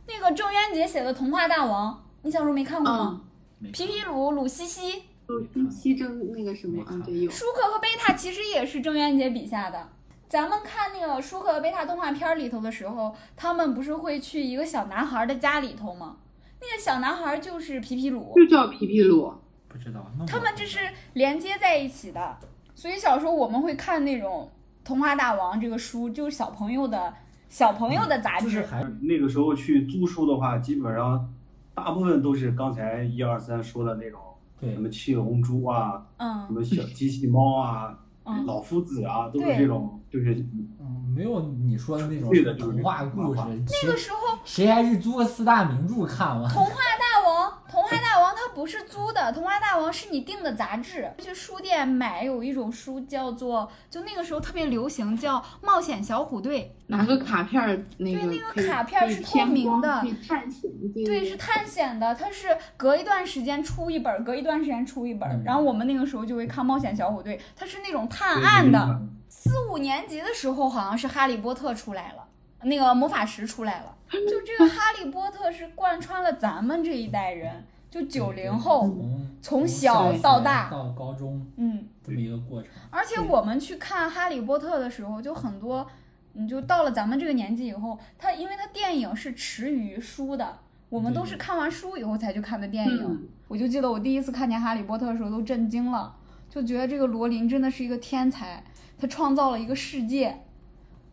[SPEAKER 1] 那个郑渊洁写的《童话大王》，你小时候没看过吗？
[SPEAKER 3] 没
[SPEAKER 1] 皮皮鲁、鲁西西、
[SPEAKER 4] 鲁西西正那个什么啊，对，有
[SPEAKER 1] 舒克和贝塔其实也是郑渊洁笔下的。咱们看那个舒克和贝塔动画片里头的时候，他们不是会去一个小男孩的家里头吗？那个小男孩就是皮皮鲁，
[SPEAKER 4] 就叫皮皮鲁。
[SPEAKER 3] 不知道，那我
[SPEAKER 1] 他们这是连接在一起的，所以小时候我们会看那种《童话大王》这个书，就是小朋友的小朋友的杂
[SPEAKER 3] 就是
[SPEAKER 1] 志。
[SPEAKER 3] 还
[SPEAKER 2] 那个时候去租书的话，基本上大部分都是刚才一二三说的那种，
[SPEAKER 3] 对
[SPEAKER 2] 什么七龙珠啊，什
[SPEAKER 1] 嗯
[SPEAKER 2] 么
[SPEAKER 3] (laughs)
[SPEAKER 2] 小机器猫啊，
[SPEAKER 1] 嗯，
[SPEAKER 2] 老夫子啊，都
[SPEAKER 1] 对
[SPEAKER 2] 是这种，就是
[SPEAKER 3] 嗯，没有你说的那种
[SPEAKER 2] 对的就是
[SPEAKER 3] 童话故事
[SPEAKER 2] 那，
[SPEAKER 1] 那个时候《
[SPEAKER 3] 谁谁还去租个四大名著看了？
[SPEAKER 1] 童话大王》《童话大王》它不是租的，《童话大王》是你订的杂志，去书店买有一种书叫做，就那个时候特别流行叫《冒险小虎队》。
[SPEAKER 4] 拿个卡片儿，那
[SPEAKER 1] 对
[SPEAKER 4] 个
[SPEAKER 1] 那个
[SPEAKER 4] 可以
[SPEAKER 1] 卡片儿是
[SPEAKER 4] 可以偏
[SPEAKER 1] 透明
[SPEAKER 4] 光
[SPEAKER 1] 的
[SPEAKER 4] 可以探险。
[SPEAKER 1] 对，是探险的，它是隔一段时间出一本儿，隔一段时间出一本儿。
[SPEAKER 3] 嗯
[SPEAKER 1] 然后我们那个时候就会看《冒险小虎队》，它是那种探案的。四五年级的时候，好像是《哈利波特》出来了，那个魔法石出来了。就这个《哈利波特》是贯穿了咱们这一代人，就九零后，
[SPEAKER 3] 从
[SPEAKER 1] 从小到大
[SPEAKER 3] 到高中
[SPEAKER 1] 嗯。
[SPEAKER 3] 这么一个过程。
[SPEAKER 1] 而且我们去看《哈利波特》的时候，就很多，你就到了咱们这个年纪以后，它因为它电影是迟于书的，我们都是看完书以后才去看的电影。
[SPEAKER 4] 嗯
[SPEAKER 1] 我就记得我第一次看见《哈利波特》的时候都震惊了，就觉得这个罗琳真的是一个天才，他创造了一个世界。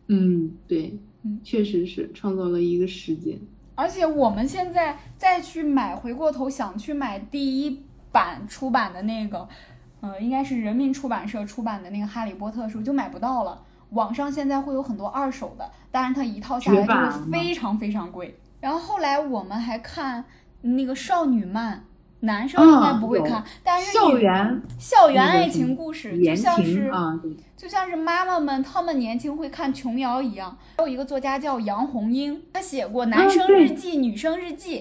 [SPEAKER 4] 嗯，对
[SPEAKER 1] 嗯，
[SPEAKER 4] 确实是创造了一个世界。
[SPEAKER 1] 而且我们现在再去买，回过头想去买第一版出版的那个，呃，应该是人民出版社出版的那个《哈利波特》的时候就买不到了。网上现在会有很多二手的，但是它一套下来
[SPEAKER 4] 绝
[SPEAKER 1] 就
[SPEAKER 4] 版
[SPEAKER 1] 会非常非常贵。然后后来我们还看那个少女漫，男生应该不会看，
[SPEAKER 4] 啊
[SPEAKER 1] 但是
[SPEAKER 4] 校
[SPEAKER 1] 女
[SPEAKER 4] 园
[SPEAKER 1] 校园
[SPEAKER 4] 那个
[SPEAKER 1] 爱
[SPEAKER 4] 什
[SPEAKER 1] 情
[SPEAKER 4] 么
[SPEAKER 1] 故事就
[SPEAKER 4] 言
[SPEAKER 1] 像
[SPEAKER 4] 情
[SPEAKER 1] 是
[SPEAKER 4] 啊，对
[SPEAKER 1] 就像是妈妈们她们年轻会看琼瑶一样，还有一个作家叫杨红樱，她写过《男生日记》女生日记》，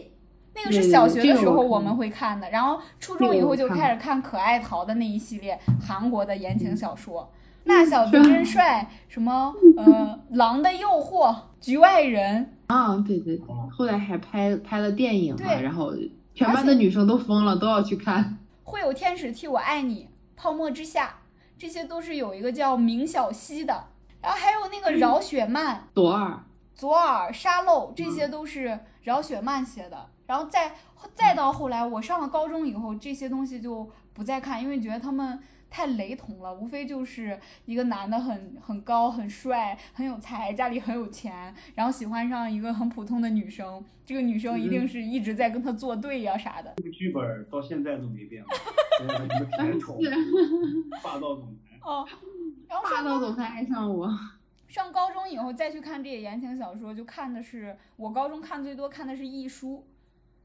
[SPEAKER 1] 那个是小学的时候我们会看的，然后初中以后就开始看可爱淘的那一系列韩国的言情小说，那小子真帅》什么呃《狼的诱惑》《局外人
[SPEAKER 4] 啊，对对，后来还拍拍了电影嘛，
[SPEAKER 1] 对
[SPEAKER 4] 然后全班的女生都疯了，都要去看。》， (laughs)
[SPEAKER 1] 会有天使替我爱你、泡沫之夏，这些都是有一个叫明晓溪的，然后还有那个饶雪漫，
[SPEAKER 4] 左耳，
[SPEAKER 1] 左耳、沙漏，这些都是饶雪漫写的。然后再再到后来，我上了高中以后，这些东西就不再看，因为觉得他们太雷同了，无非就是一个男的很很高、很帅、很有才，家里很有钱，然后喜欢上一个很普通的女生，这个女生一定是一直在跟他作对呀、啥的。
[SPEAKER 2] 这个剧本到现在都没变过，
[SPEAKER 1] (laughs)
[SPEAKER 2] 就是一个甜宠霸道总裁，
[SPEAKER 1] 哦，然后
[SPEAKER 4] 霸
[SPEAKER 1] 上
[SPEAKER 4] 道总裁爱上我，
[SPEAKER 1] 上高中以后再去看这些言情小说，就看的是我高中看最多看的是易书，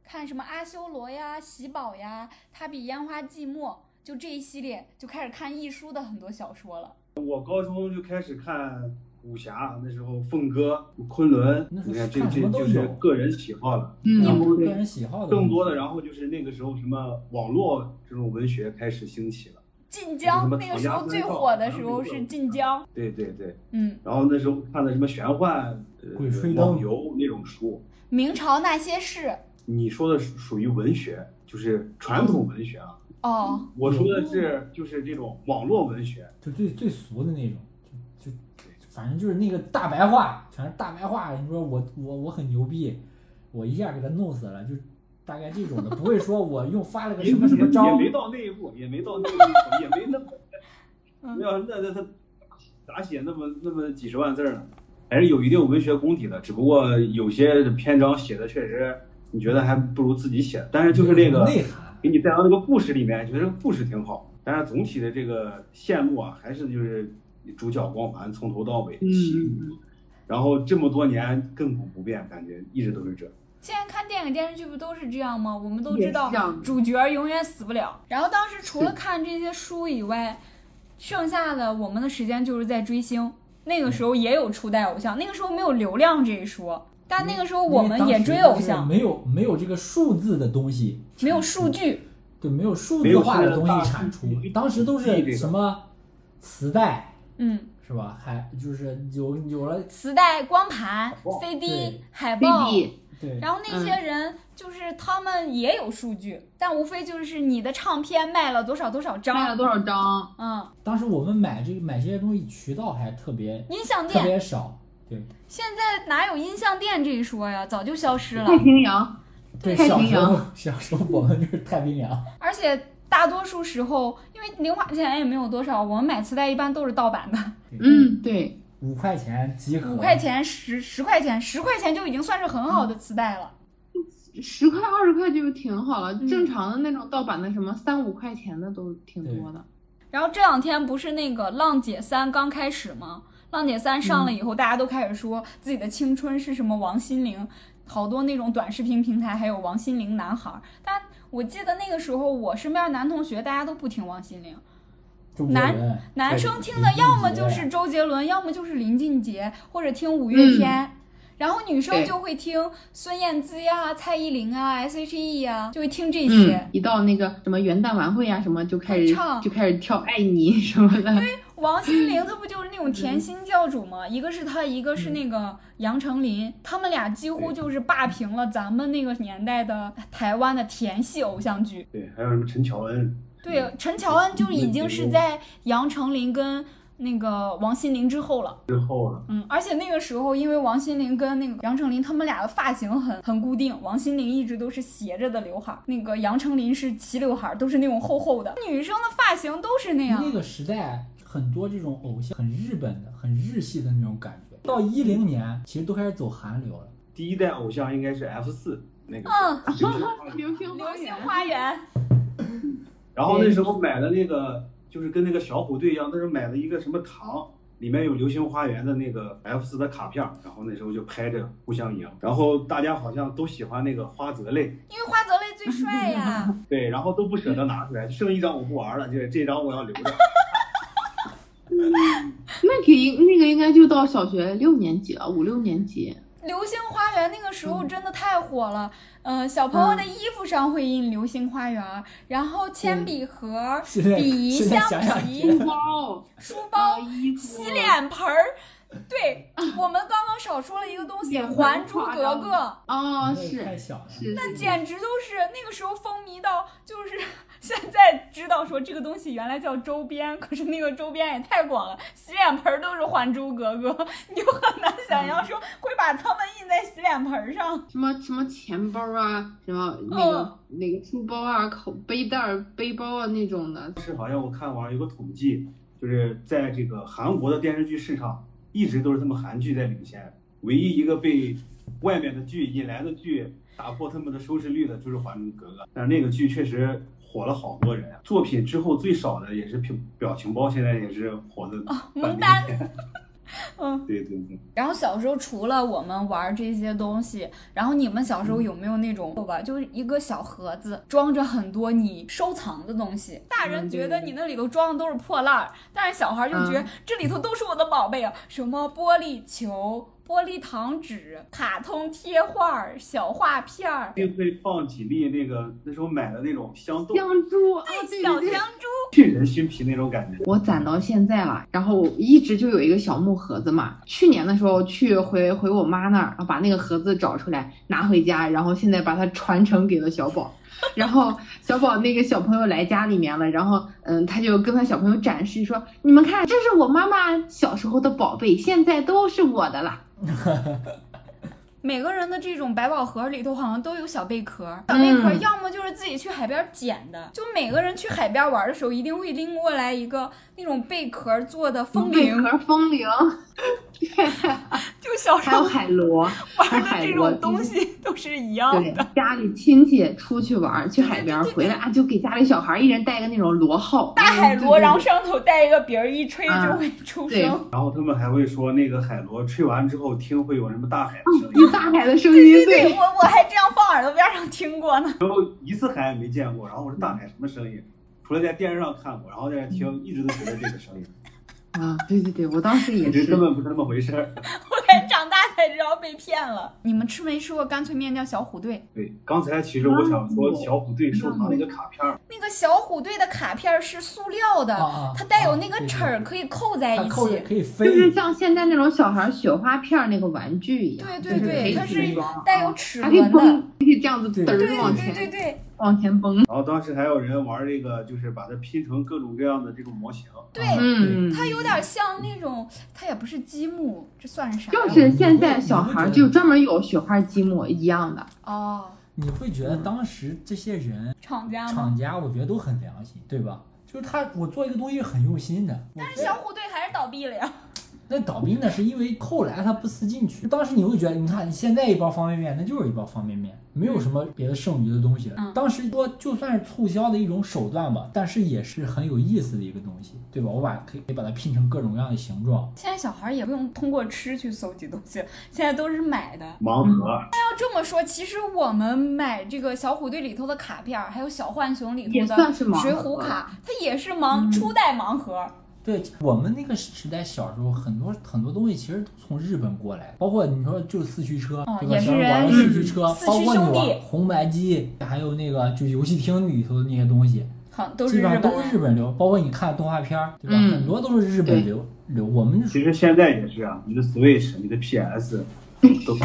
[SPEAKER 1] 看什么阿修罗呀、喜宝呀、他比烟花寂寞，就这一系列就开始看易书的很多小说了。
[SPEAKER 2] 我高中就开始看武侠，那时候凤哥、昆仑，
[SPEAKER 3] 那时
[SPEAKER 2] 你
[SPEAKER 3] 候
[SPEAKER 2] 看这
[SPEAKER 3] 看什
[SPEAKER 2] 这
[SPEAKER 3] 么都
[SPEAKER 2] 就是
[SPEAKER 3] 有
[SPEAKER 2] 个人喜好了。
[SPEAKER 3] 然
[SPEAKER 4] 嗯，
[SPEAKER 3] 后个人喜好的
[SPEAKER 2] 更多
[SPEAKER 3] 问
[SPEAKER 2] 的，
[SPEAKER 3] 题
[SPEAKER 2] 然后就是那个时候什么网络这种文学开始兴起了。
[SPEAKER 1] 晋江
[SPEAKER 2] 就是什么
[SPEAKER 1] 那个时候最火的时候是
[SPEAKER 2] 嗯
[SPEAKER 1] 晋江，
[SPEAKER 2] 对对对，
[SPEAKER 1] 嗯，
[SPEAKER 2] 然后那时候看的什么玄幻、呃
[SPEAKER 3] 鬼吹灯
[SPEAKER 2] 网游那种书，
[SPEAKER 1] 明朝那些事
[SPEAKER 2] 你说的属属于文学，就是传统文学啊。
[SPEAKER 1] 哦，
[SPEAKER 2] 我说的
[SPEAKER 3] 嗯
[SPEAKER 2] 是就是这种网络文学，
[SPEAKER 3] 就最最俗的那种，就就反正就是那个大白话，全是大白话。你说我我我很牛逼，我一下给他弄死了，就大概这种的，不会说我用发了个
[SPEAKER 2] 也
[SPEAKER 3] 什么什么
[SPEAKER 2] 也
[SPEAKER 3] 招
[SPEAKER 2] 也，没到那一步，也没到那一步，也没那
[SPEAKER 3] (laughs) 嗯
[SPEAKER 2] 么，没有那那他咋写那么那么几十万字儿呢？还是有一定文学功底的，只不过有些篇章写的确实你觉得还不如自己写，但是就是这个
[SPEAKER 3] 内涵。
[SPEAKER 2] 给你带到那个故事里面，觉得这个故事挺好，但是总体的这个线路啊，还是就是主角光环从头到尾，
[SPEAKER 4] 嗯
[SPEAKER 2] 然后这么多年亘古不变，感觉一直都是这。
[SPEAKER 1] 现在看电影电视剧不都是这样吗？我们都
[SPEAKER 4] 也
[SPEAKER 1] 知
[SPEAKER 4] 是
[SPEAKER 1] 道
[SPEAKER 4] 这样的
[SPEAKER 1] 主角永远死不了。然后当时除了看这些书以外，剩下的我们的时间就是在追星。那个时候也有初代偶像，那个时候没有流量这一说，但那个时候我们也追偶像，
[SPEAKER 3] 因为当时就是没有没有这个数字的东西，
[SPEAKER 1] 没有数据。
[SPEAKER 3] 对，没有数字化的东西产出
[SPEAKER 2] 没有现在的大数据，
[SPEAKER 3] 当时都是什么磁带
[SPEAKER 1] 嗯，
[SPEAKER 3] 是吧？还就是有有了
[SPEAKER 1] 磁带、光盘
[SPEAKER 2] 报、
[SPEAKER 1] CD
[SPEAKER 3] 对、
[SPEAKER 1] 海报。
[SPEAKER 4] ，BB，
[SPEAKER 3] 对，
[SPEAKER 1] 然后那些人就是他们也有数据，但无非就是你的唱片卖了多少多少
[SPEAKER 4] 卖了
[SPEAKER 1] 张，
[SPEAKER 4] 多少张？
[SPEAKER 1] 嗯，
[SPEAKER 3] 当时我们买这个买这些东西渠道还特别
[SPEAKER 1] 音像
[SPEAKER 3] 特
[SPEAKER 1] 店
[SPEAKER 3] 别少，对
[SPEAKER 1] 现在哪有音像店这一说呀？早就消
[SPEAKER 4] (laughs)
[SPEAKER 1] 失了。
[SPEAKER 4] 太平洋，
[SPEAKER 3] 对，
[SPEAKER 4] 太
[SPEAKER 3] 小
[SPEAKER 4] 平
[SPEAKER 3] 时
[SPEAKER 4] 洋
[SPEAKER 3] 候 (laughs) 小时候我们就是太平洋，
[SPEAKER 1] 而且大多数时候，因为零花钱也没有多少，我们买磁带一般都是盗版的，
[SPEAKER 4] 嗯，对，
[SPEAKER 3] 五块钱集合，
[SPEAKER 1] 五块钱、十十块钱、十块钱就已经算是很好的磁带了。
[SPEAKER 4] 十块二十块就挺
[SPEAKER 1] 嗯
[SPEAKER 4] 好了，正常的那种盗版的什么三五块钱的都挺多的。
[SPEAKER 1] 然后这两天不是那个《浪姐三》刚开始吗？《浪姐三》上了以后，大家都开始说自己的青春是什么王心凌，好多那种短视频平台还有王心凌男孩儿。但我记得那个时候，我身边男同学大家都不听王心凌。
[SPEAKER 3] 中国人，
[SPEAKER 1] 男生听的要么就是周杰伦，要么就是林俊杰，或者听五
[SPEAKER 4] 嗯
[SPEAKER 1] 月天。然后女生
[SPEAKER 4] 对
[SPEAKER 1] 就会听孙燕姿呀、蔡依林啊、S.H.E 呀、就会听这
[SPEAKER 4] 嗯
[SPEAKER 1] 些。，
[SPEAKER 4] 一到那个什么元旦晚会呀、什么，就开始
[SPEAKER 1] 唱
[SPEAKER 4] 就开始跳《爱你》什么的。
[SPEAKER 1] 王心凌她不就是那种甜心教主吗？一个是她，一个是
[SPEAKER 4] 嗯
[SPEAKER 1] 那个杨丞琳，他们俩几乎就是霸屏了咱们那个年代的台湾的甜系偶像剧。
[SPEAKER 2] 对，还有什么陈乔恩？
[SPEAKER 1] 对，
[SPEAKER 3] 嗯
[SPEAKER 1] 陈乔恩就已经是在杨丞琳跟那个王心凌之后了。
[SPEAKER 2] 之后了，
[SPEAKER 1] 嗯，而且那个时候，因为王心凌跟那个杨丞琳他们俩的发型很很固定，王心凌一直都是斜着的刘海儿，那个杨丞琳是齐刘海儿，都是那种厚厚的。女生的发型都是那样
[SPEAKER 3] 那，个时代很多这种偶像很日本的、很日系的那种感觉。到一零年，其实都开始走韩流了。
[SPEAKER 2] 第一代偶像应该是 F 四那个。
[SPEAKER 1] 嗯，
[SPEAKER 4] 流星
[SPEAKER 1] 流星花园，
[SPEAKER 2] 然后那时
[SPEAKER 4] 嗯
[SPEAKER 2] 候买的那个就是跟那个小虎队一样，那时候买了一个什么糖，里面有《流星花园》的那个 F 四的卡片，然后那时候就拍着互相赢，然后大家好像都喜欢那个花泽类，
[SPEAKER 1] 因为花泽类最帅
[SPEAKER 3] (laughs)
[SPEAKER 1] 呀。
[SPEAKER 2] 对，然后都不舍得拿出来，剩一张我不玩了，就是这张我要留着。
[SPEAKER 4] 那个应那个应该就到小学六年级了，五六年级。
[SPEAKER 1] 流星花园那个时候真的太火了，呃，小朋
[SPEAKER 3] 嗯
[SPEAKER 1] 友的衣服上会印流星花园，然后铅笔盒、
[SPEAKER 3] 嗯现在
[SPEAKER 1] 笔、
[SPEAKER 3] 现在
[SPEAKER 1] 橡
[SPEAKER 3] 想想
[SPEAKER 1] 皮、
[SPEAKER 3] 觉得
[SPEAKER 4] 包、
[SPEAKER 1] 书嗯 (laughs) 包、
[SPEAKER 4] 哦啊衣服
[SPEAKER 1] 洗脸盆儿。对我们刚刚少说了一个东西，
[SPEAKER 4] 脸
[SPEAKER 1] 《
[SPEAKER 4] 盆
[SPEAKER 1] 还珠
[SPEAKER 4] 夸
[SPEAKER 1] 格
[SPEAKER 4] 张
[SPEAKER 1] 格》，
[SPEAKER 4] 哦，
[SPEAKER 3] 那个
[SPEAKER 4] 是
[SPEAKER 3] 太小了。
[SPEAKER 4] 是，那
[SPEAKER 1] 简直都是那个时候风靡到，就是 (laughs) 现在知道说这个东西原来叫周边，可是那个周边也太广了，洗脸盆儿都是《还珠格格》， (laughs) 你就很难
[SPEAKER 4] 嗯
[SPEAKER 1] 想象说会把它们印在洗脸盆儿上。
[SPEAKER 4] 什么什么钱包啊，什么
[SPEAKER 1] 嗯
[SPEAKER 4] 那个、那个书包啊、口背带儿、背包啊那种的，
[SPEAKER 2] 是好像我看网上有个统计，就是在这个韩国的电视剧市场，一直都是他们韩剧在领先，唯一一个被外面的剧引来的剧打破他们的收视率的就是《还珠格格》，但是那个剧确实火了好多人啊。作品之后最少的也是表表情包，现在也是火的半
[SPEAKER 1] 牡
[SPEAKER 2] 边
[SPEAKER 1] 丹
[SPEAKER 2] 天。
[SPEAKER 1] 嗯，
[SPEAKER 2] 对对对，
[SPEAKER 1] 然后小时候除了我们玩这些东西，然后你们小时
[SPEAKER 4] 嗯
[SPEAKER 1] 候有没有那种吧，就是一个小盒子装着很多你收藏的东西？大人觉得你那里头装的都是破烂儿，但是小孩就觉得
[SPEAKER 4] 嗯
[SPEAKER 1] 这里头都是我的宝贝啊，什么玻璃球、玻璃糖纸、卡通贴画儿、小画片儿、
[SPEAKER 2] 就会放几粒那个那时候买的那种香豆，
[SPEAKER 4] 香猪啊，对
[SPEAKER 1] 小
[SPEAKER 4] 对对。
[SPEAKER 1] 香猪。
[SPEAKER 2] 沁人心脾那种感觉。
[SPEAKER 4] 我攒到现在了，然后我一直就有一个小木盒子嘛。去年的时候去回回我妈那儿，然后把那个盒子找出来拿回家，然后现在把它传承给了小宝。 (laughs) 然后小宝那个小朋友来家里面了，然后嗯，他就跟他小朋友展示说：“你们看，这是我妈妈小时候的宝贝，现在都是我的啦。
[SPEAKER 1] 每个人的这种百宝盒里头好像都有小贝壳，小贝壳要么就是自己去海边捡的，就每个人去海边玩的时候一定会拎过来一个那种贝壳做的”风
[SPEAKER 4] 贝
[SPEAKER 1] 铃，
[SPEAKER 4] 壳风铃，
[SPEAKER 1] 就小时 (laughs)
[SPEAKER 4] 还有
[SPEAKER 1] 候
[SPEAKER 4] 海螺，
[SPEAKER 1] 玩
[SPEAKER 4] 还
[SPEAKER 1] 的这
[SPEAKER 4] 有海螺
[SPEAKER 1] 种东西都是一样
[SPEAKER 4] 对
[SPEAKER 1] 的。，
[SPEAKER 4] 家里亲戚出去玩儿，去海边儿回来啊，就给家里小孩儿一人带个那种螺号，
[SPEAKER 1] 大海
[SPEAKER 4] 嗯对
[SPEAKER 1] 螺，
[SPEAKER 4] 对
[SPEAKER 1] 然后上头带一个别人一吹
[SPEAKER 4] 啊
[SPEAKER 1] 就会出
[SPEAKER 4] 对
[SPEAKER 1] 声。
[SPEAKER 2] 然后他们还会说，那个海螺吹完之后听会有什么大海的声
[SPEAKER 4] 哦有
[SPEAKER 2] 音，
[SPEAKER 4] 大海的声音，
[SPEAKER 1] 对，我我还这样放耳朵边上听过呢。 (laughs)
[SPEAKER 2] 然后一次海也没见过。然后我说大海什么声音？除了在电视上看过，然后在这听，一直都觉得这个声音，
[SPEAKER 4] 啊，对对对，我当时 (laughs) 也
[SPEAKER 2] 其实
[SPEAKER 4] 是
[SPEAKER 2] 根，本不是那么回事儿。
[SPEAKER 1] 后来长大才知道被骗了。你们吃没吃过干脆面叫小虎队？
[SPEAKER 2] 对，刚才其实我想说小虎队收藏那个卡片儿，
[SPEAKER 1] 那个小虎队的卡片是塑料的，
[SPEAKER 3] 啊啊
[SPEAKER 1] 它带有那个
[SPEAKER 3] 对对
[SPEAKER 1] 齿儿，可以扣在
[SPEAKER 3] 它
[SPEAKER 1] 一
[SPEAKER 3] 扣着
[SPEAKER 1] 起。 (laughs)
[SPEAKER 3] 可以
[SPEAKER 4] 就
[SPEAKER 3] 飞，
[SPEAKER 4] 是像现在那种小孩儿雪花片儿那个玩具一样，
[SPEAKER 1] 对
[SPEAKER 4] 就
[SPEAKER 1] 对
[SPEAKER 4] 是可
[SPEAKER 1] 对，
[SPEAKER 4] 以
[SPEAKER 1] 它
[SPEAKER 4] 自己
[SPEAKER 1] 是
[SPEAKER 4] 装
[SPEAKER 1] 带有齿
[SPEAKER 4] 还可以
[SPEAKER 1] 轮
[SPEAKER 4] 蹦
[SPEAKER 1] 的。，
[SPEAKER 4] 可以这样子嘚
[SPEAKER 1] 对
[SPEAKER 4] 儿往
[SPEAKER 1] 对对
[SPEAKER 4] 前
[SPEAKER 1] 对
[SPEAKER 4] 往前蹦，
[SPEAKER 2] 然后当时还有人玩这个，就是把它拼成各种各样的这种模型。
[SPEAKER 1] 对，
[SPEAKER 4] 嗯，
[SPEAKER 1] 它有点像那种，它也不是积木，这算是啥？
[SPEAKER 4] 就是现在小孩儿就专门有雪花积木一样的，
[SPEAKER 1] 哦，
[SPEAKER 3] 你会觉得当时这些人
[SPEAKER 1] 厂家吗？
[SPEAKER 3] 厂家，我觉得都很良心，对吧？就是他，我做一个东西是很用心的。但
[SPEAKER 1] 但是小虎队还是倒闭了呀。 (laughs)
[SPEAKER 3] 那倒闭那是因为后来他不思进取，当时你会觉得，你看现在一包方便面，那就是一包方便面，没有什么别的剩余的东西了。
[SPEAKER 1] 嗯
[SPEAKER 3] 当时说就算是促销的一种手段吧，但是也是很有意思的一个东西，对吧？我把可以可以把它拼成各种各样的形状，
[SPEAKER 1] 现在小孩也不用通过吃去搜集东西，现在都是买的。
[SPEAKER 2] 盲盒，
[SPEAKER 4] 嗯
[SPEAKER 1] 要这么说，其实我们买这个小虎队里头的卡片儿，还有小浣熊里头
[SPEAKER 4] 也
[SPEAKER 1] 的
[SPEAKER 4] 算是盲盒嗯
[SPEAKER 1] 水浒卡，它也是盲初代盲盒。
[SPEAKER 3] 对我们那个时代，小时候很多很多东西其实都从日本过来，包括你说就是四驱车，
[SPEAKER 1] 哦
[SPEAKER 3] 对吧？
[SPEAKER 1] 也
[SPEAKER 3] 小
[SPEAKER 1] 是
[SPEAKER 3] 时候玩
[SPEAKER 1] 人
[SPEAKER 3] 的四驱车，
[SPEAKER 1] 嗯四驱
[SPEAKER 3] 包括你
[SPEAKER 1] 兄弟
[SPEAKER 3] 玩红白机，还有那个就游戏厅里头的那些东西，
[SPEAKER 1] 好，都是
[SPEAKER 3] 基
[SPEAKER 1] 日
[SPEAKER 3] 本上
[SPEAKER 1] 本
[SPEAKER 3] 都是日
[SPEAKER 1] 人。
[SPEAKER 3] 本流，包括你看的动画片儿，对吧？
[SPEAKER 4] 嗯
[SPEAKER 3] 很多都是日本流流。我们属
[SPEAKER 2] 其
[SPEAKER 3] 于
[SPEAKER 2] 实现在也是啊，你的 Switch、你的 PS 都是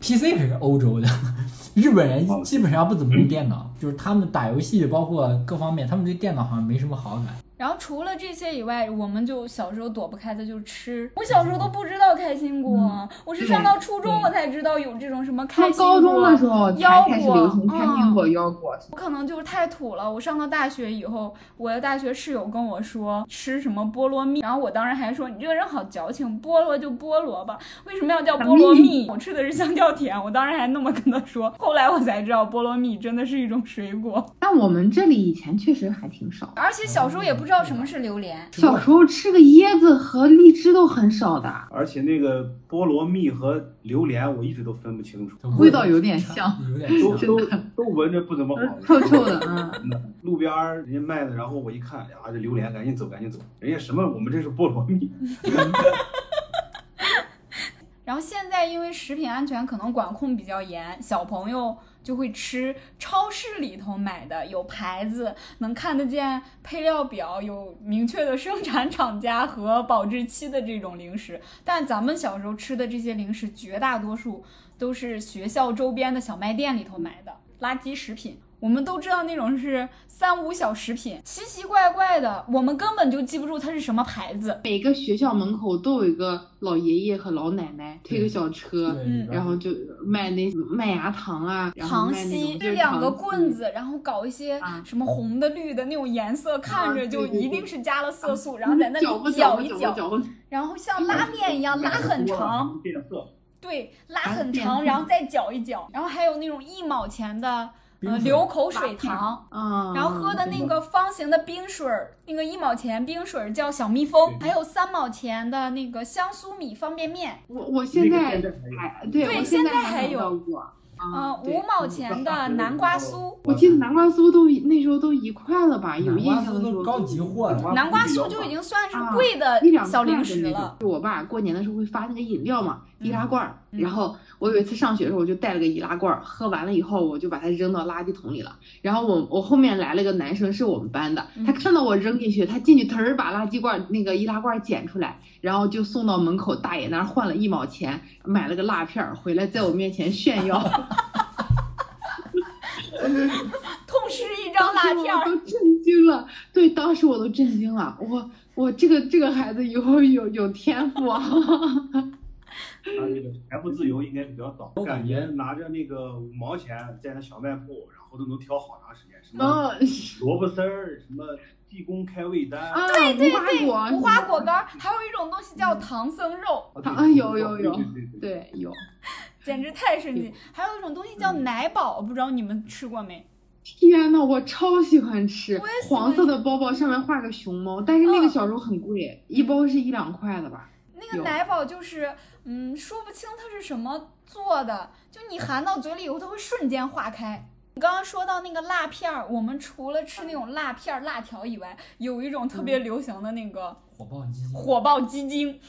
[SPEAKER 3] PC 可是欧洲的， (laughs) 日本人基本上不怎么用电
[SPEAKER 4] 哦
[SPEAKER 3] 脑，就是他们打游戏，包括各方面，他们对电脑好像没什么好感。
[SPEAKER 1] 然后除了这些以外，我们就小时候躲不开的就是吃。我小时
[SPEAKER 4] 嗯
[SPEAKER 1] 候都不知道开心果，我是上到初中我才知道有这种什么开
[SPEAKER 4] 上
[SPEAKER 1] 心果。
[SPEAKER 4] 嗯高中的时候才
[SPEAKER 1] 腰
[SPEAKER 4] 开始
[SPEAKER 1] 果
[SPEAKER 4] 流行开心
[SPEAKER 1] 嗯
[SPEAKER 4] 果、腰果，
[SPEAKER 1] 我可能就是太土了。我上到大学以后，我的大学室友跟我说吃什么菠萝蜜，然后我当时还说你这个人好矫情，菠萝就菠萝吧，为什么要叫菠萝蜜？我吃的是香蕉甜，我当时还那么跟他说。后来我才知道菠萝蜜真的是一种水果，
[SPEAKER 4] 但我们这里以前确实还挺少。
[SPEAKER 1] 而且小时候也不知道什么是榴莲。
[SPEAKER 4] 小时候吃个椰子和荔枝都很少
[SPEAKER 1] 哦
[SPEAKER 4] 的，
[SPEAKER 2] 而且那个菠萝蜜和榴莲，我一直都分不清楚，
[SPEAKER 4] 嗯味道有点像，嗯
[SPEAKER 3] 有点
[SPEAKER 2] 都
[SPEAKER 3] 像。
[SPEAKER 2] 都
[SPEAKER 4] (laughs)
[SPEAKER 2] 都闻着不怎么好。
[SPEAKER 4] 臭臭的，嗯，
[SPEAKER 2] 真的路边儿人家卖的，然后我一看，哎呀，这榴莲，赶紧走，赶紧走。人家什么，我们这是菠萝蜜。
[SPEAKER 1] 然后现在因为食品安全可能管控比较严，小朋友就会吃超市里头买的，有牌子，能看得见配料表，有明确的生产厂家和保质期的这种零食。但咱们小时候吃的这些零食，绝大多数都是学校周边的小卖店里头买的垃圾食品。我们都知道那种是三无小食品，奇奇怪怪的，我们根本就记不住它是什么牌子。
[SPEAKER 4] 每个学校门口都有一个老爷爷和老奶奶推个小车，
[SPEAKER 3] 对，
[SPEAKER 1] 嗯
[SPEAKER 3] 里边
[SPEAKER 4] 然后就卖那麦芽糖啊，然后
[SPEAKER 1] 糖
[SPEAKER 4] 卖那
[SPEAKER 1] 稀
[SPEAKER 4] 种
[SPEAKER 1] 这两个棍
[SPEAKER 4] 子。
[SPEAKER 1] 子，然后搞一些
[SPEAKER 4] 啊
[SPEAKER 1] 什么红的、绿的那种颜色，看着
[SPEAKER 4] 对
[SPEAKER 1] 就
[SPEAKER 4] 对对啊
[SPEAKER 1] 一定是加了色素，然后在那
[SPEAKER 4] (laughs) 搅和
[SPEAKER 1] 里
[SPEAKER 4] 搅
[SPEAKER 1] 搅
[SPEAKER 4] 和
[SPEAKER 1] 一
[SPEAKER 4] 搅和哎
[SPEAKER 1] 搅， (laughs)
[SPEAKER 4] 搅和，
[SPEAKER 1] 然后像拉面一样拉很长，，
[SPEAKER 2] 变色。
[SPEAKER 1] 对，拉
[SPEAKER 4] 啊
[SPEAKER 1] 很
[SPEAKER 4] 变
[SPEAKER 1] 长，
[SPEAKER 4] 色
[SPEAKER 1] 然后再搅一搅，然后还有那种一毛钱的
[SPEAKER 3] 冰
[SPEAKER 1] 呃
[SPEAKER 3] 水
[SPEAKER 1] 流口水糖，
[SPEAKER 4] 啊，
[SPEAKER 1] 然后喝的那个方形的冰水儿，那个一毛钱冰水儿叫小蜜蜂，还有三毛钱的那个香酥米方便面，
[SPEAKER 4] 我我现在
[SPEAKER 2] 那个现在还
[SPEAKER 4] 还对
[SPEAKER 1] 对
[SPEAKER 4] 我
[SPEAKER 1] 现在
[SPEAKER 4] 在
[SPEAKER 1] 还
[SPEAKER 4] 买
[SPEAKER 1] 有
[SPEAKER 4] 到过啊
[SPEAKER 1] 嗯，，
[SPEAKER 4] 对
[SPEAKER 1] 五毛钱的南瓜酥，
[SPEAKER 4] 我记得南瓜酥都那时候都一块了吧，有
[SPEAKER 3] 南
[SPEAKER 4] 印
[SPEAKER 3] 瓜
[SPEAKER 4] 象
[SPEAKER 3] 丝
[SPEAKER 4] 的时
[SPEAKER 3] 都
[SPEAKER 4] 候
[SPEAKER 3] 高级货了，
[SPEAKER 1] 南瓜酥就已经算是贵的
[SPEAKER 4] 啊一两
[SPEAKER 1] 小
[SPEAKER 4] 块
[SPEAKER 1] 零
[SPEAKER 4] 的
[SPEAKER 1] 食
[SPEAKER 4] 那种
[SPEAKER 1] 了。。
[SPEAKER 4] 就我爸过年的时候会发那个饮料嘛，易拉罐儿。
[SPEAKER 1] 嗯
[SPEAKER 4] 然后我有一次上学的时候，我就带了个易拉罐儿，喝完了以后我就把它扔到垃圾桶里了。然后我我后面来了个男生，是我们班的，他
[SPEAKER 1] 嗯
[SPEAKER 4] 看到我扔进去，他进去腾儿把垃圾罐儿那个易拉罐儿捡出来，然后就送到门口大爷那儿换了一毛钱，买了个辣片儿回来，在我面前
[SPEAKER 1] (laughs)
[SPEAKER 4] 炫耀。
[SPEAKER 1] 痛失一
[SPEAKER 4] (laughs)
[SPEAKER 1] 张辣片
[SPEAKER 4] 我
[SPEAKER 1] 儿。
[SPEAKER 4] 都震惊了。对，当时我都震惊了。我我这个这个孩子以后有有天赋
[SPEAKER 1] (laughs)
[SPEAKER 4] 啊！
[SPEAKER 2] 他这个财富自由应该比较早，
[SPEAKER 3] 我
[SPEAKER 2] 我
[SPEAKER 3] 感
[SPEAKER 2] 感
[SPEAKER 3] 觉
[SPEAKER 2] 觉拿着那个五毛钱在那小卖部，然后都能挑好长时间，什么
[SPEAKER 4] 啊
[SPEAKER 2] 萝卜丝儿，什么地宫开胃丹，
[SPEAKER 4] 啊，
[SPEAKER 1] 对
[SPEAKER 4] 无花
[SPEAKER 1] 对，
[SPEAKER 4] 果，嗯
[SPEAKER 1] 无花果干儿，还有一种东西叫唐僧肉，
[SPEAKER 2] 啊
[SPEAKER 4] 啊有有有
[SPEAKER 2] 对对对对，
[SPEAKER 4] 对有。
[SPEAKER 1] 简直太神奇。还有一种东西叫
[SPEAKER 4] 嗯
[SPEAKER 1] 奶宝，不知道你们吃过没？
[SPEAKER 4] 天呐，我超喜欢吃
[SPEAKER 1] 我也喜欢
[SPEAKER 4] 黄色的包包，上面画个熊猫，但是那个
[SPEAKER 1] 嗯
[SPEAKER 4] 小时候很贵，一包是一两块的吧？
[SPEAKER 1] 那个
[SPEAKER 4] 有
[SPEAKER 1] 奶宝就是，嗯，说不清它是什么做的，就你含到嘴里以后，它会瞬间化开。你刚刚说到那个辣片儿，我们除了吃那
[SPEAKER 4] 嗯
[SPEAKER 1] 种辣片儿、辣条以外，有一种特别流行的那个
[SPEAKER 3] 火爆鸡精，
[SPEAKER 1] 火爆鸡精，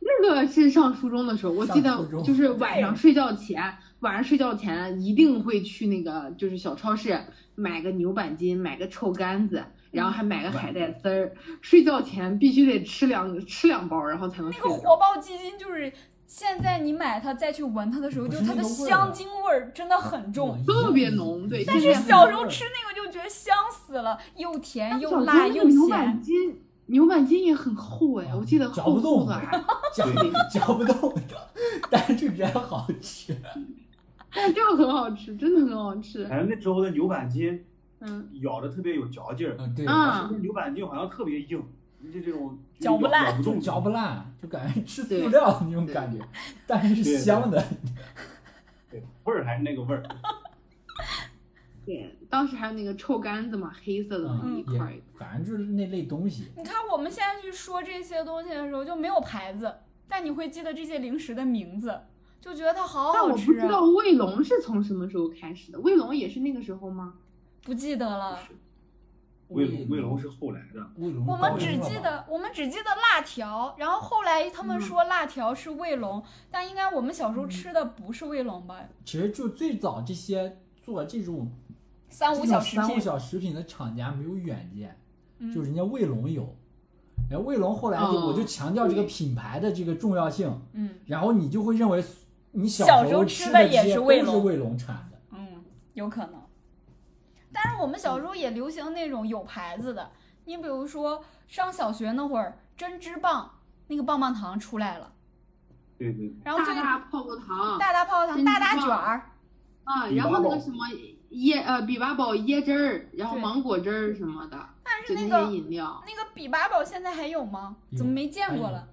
[SPEAKER 4] 那个是上初中的时候，我记
[SPEAKER 3] 上
[SPEAKER 4] 得
[SPEAKER 3] 初中
[SPEAKER 4] 就是晚上睡觉前，晚上睡觉前一定会去那个就是小超市买个牛板筋，买个臭干子，然后还买个海带丝儿。
[SPEAKER 2] 嗯
[SPEAKER 4] 睡觉前必须得吃两吃两包，然后才能
[SPEAKER 1] 那
[SPEAKER 4] 睡
[SPEAKER 1] 个
[SPEAKER 4] 着。
[SPEAKER 1] 火爆鸡精就是现在你买它再去闻它的时候，
[SPEAKER 3] 不
[SPEAKER 1] 就是它的
[SPEAKER 3] 那个味儿
[SPEAKER 1] 香
[SPEAKER 3] 了
[SPEAKER 1] 精味儿真的很重。
[SPEAKER 4] 特别浓嗯对
[SPEAKER 1] 但
[SPEAKER 4] 现
[SPEAKER 1] 是
[SPEAKER 4] 在很
[SPEAKER 1] 小时候吃那个就觉得香死了，又甜又辣
[SPEAKER 4] 小时候那
[SPEAKER 1] 又
[SPEAKER 4] 个牛板
[SPEAKER 1] 咸。
[SPEAKER 4] 筋，牛板筋也很厚哎，我记得
[SPEAKER 3] 嚼
[SPEAKER 4] 厚
[SPEAKER 3] 不动啊
[SPEAKER 4] 厚的还。
[SPEAKER 3] 嚼 (laughs) 嚼不动的，但是真好吃。
[SPEAKER 4] (laughs) 但这个很好吃，真的很好吃。
[SPEAKER 3] 哎
[SPEAKER 2] 反正那时候的牛板筋
[SPEAKER 4] 嗯，
[SPEAKER 2] 咬着特别有嚼劲儿，
[SPEAKER 3] 嗯，对，
[SPEAKER 4] 嗯
[SPEAKER 2] 但是牛板筋好像特别硬，就这种
[SPEAKER 1] 嚼不烂
[SPEAKER 2] 咬不
[SPEAKER 3] 就
[SPEAKER 2] 动，
[SPEAKER 3] 嚼不烂，就感觉吃塑料的那种感觉，但是是
[SPEAKER 2] 对
[SPEAKER 3] 香的。
[SPEAKER 2] 对，味儿还是那个味儿。
[SPEAKER 3] 嗯
[SPEAKER 2] (laughs)
[SPEAKER 4] 对，当时还有那个臭干子嘛，黑色的那
[SPEAKER 3] 嗯
[SPEAKER 4] 一块儿。，
[SPEAKER 3] 也反正就是那类东西。
[SPEAKER 1] 你看我们现在去说这些东西的时候就没有牌子，但你会记得这些零食的名字，就觉得它好
[SPEAKER 4] 但
[SPEAKER 1] 好
[SPEAKER 4] 我不
[SPEAKER 1] 吃
[SPEAKER 4] 知道
[SPEAKER 1] 啊。
[SPEAKER 4] 卫龙是从什么时候开始的？卫龙也是那个时候吗？
[SPEAKER 1] 不记得了，
[SPEAKER 2] 卫龙卫龙是后来的，
[SPEAKER 3] 卫龙，
[SPEAKER 1] 我们只记得我们只记得辣条，然后后来他们
[SPEAKER 4] 嗯
[SPEAKER 1] 说辣条是卫龙，但应该我们小时候吃的不是卫龙吧？
[SPEAKER 3] 其实就最早这些做这种
[SPEAKER 1] 三
[SPEAKER 3] 这
[SPEAKER 1] 无
[SPEAKER 3] 种
[SPEAKER 1] 小食
[SPEAKER 3] 三无
[SPEAKER 1] 品，
[SPEAKER 3] 小食品的厂家没有远见，
[SPEAKER 1] 嗯
[SPEAKER 3] 就人家卫龙有，然后卫龙后来就
[SPEAKER 4] 哦
[SPEAKER 3] 我就强调这个品牌的这个重要性，
[SPEAKER 1] 嗯
[SPEAKER 3] 然后你就会认为你
[SPEAKER 1] 小时
[SPEAKER 3] 时
[SPEAKER 1] 候
[SPEAKER 3] 候
[SPEAKER 1] 吃
[SPEAKER 3] 吃
[SPEAKER 1] 的
[SPEAKER 3] 这
[SPEAKER 1] 也
[SPEAKER 3] 些
[SPEAKER 1] 是
[SPEAKER 3] 都
[SPEAKER 1] 卫龙
[SPEAKER 3] 卫龙产的。
[SPEAKER 1] 嗯，有可能。但是我们小时候也流行那种有牌子的，你比如说上小学那会儿，针织棒那个棒棒糖出来了，
[SPEAKER 2] 对对
[SPEAKER 1] 然后
[SPEAKER 4] 大
[SPEAKER 1] 最
[SPEAKER 4] 大泡泡糖
[SPEAKER 1] 大大泡泡糖、
[SPEAKER 4] 针
[SPEAKER 1] 大
[SPEAKER 4] 织
[SPEAKER 1] 大
[SPEAKER 4] 棒
[SPEAKER 1] 卷儿，
[SPEAKER 4] 啊，
[SPEAKER 2] 比
[SPEAKER 4] 然后
[SPEAKER 2] 巴
[SPEAKER 4] 那
[SPEAKER 2] 宝
[SPEAKER 4] 个什么椰呃比巴宝椰汁儿，然后
[SPEAKER 1] 对
[SPEAKER 4] 芒果汁儿什么的，
[SPEAKER 1] 但是
[SPEAKER 4] 就
[SPEAKER 1] 那
[SPEAKER 4] 那些
[SPEAKER 1] 个
[SPEAKER 4] 饮料
[SPEAKER 1] 那个比巴宝现在还有吗？
[SPEAKER 3] 有
[SPEAKER 1] 怎么没见过了？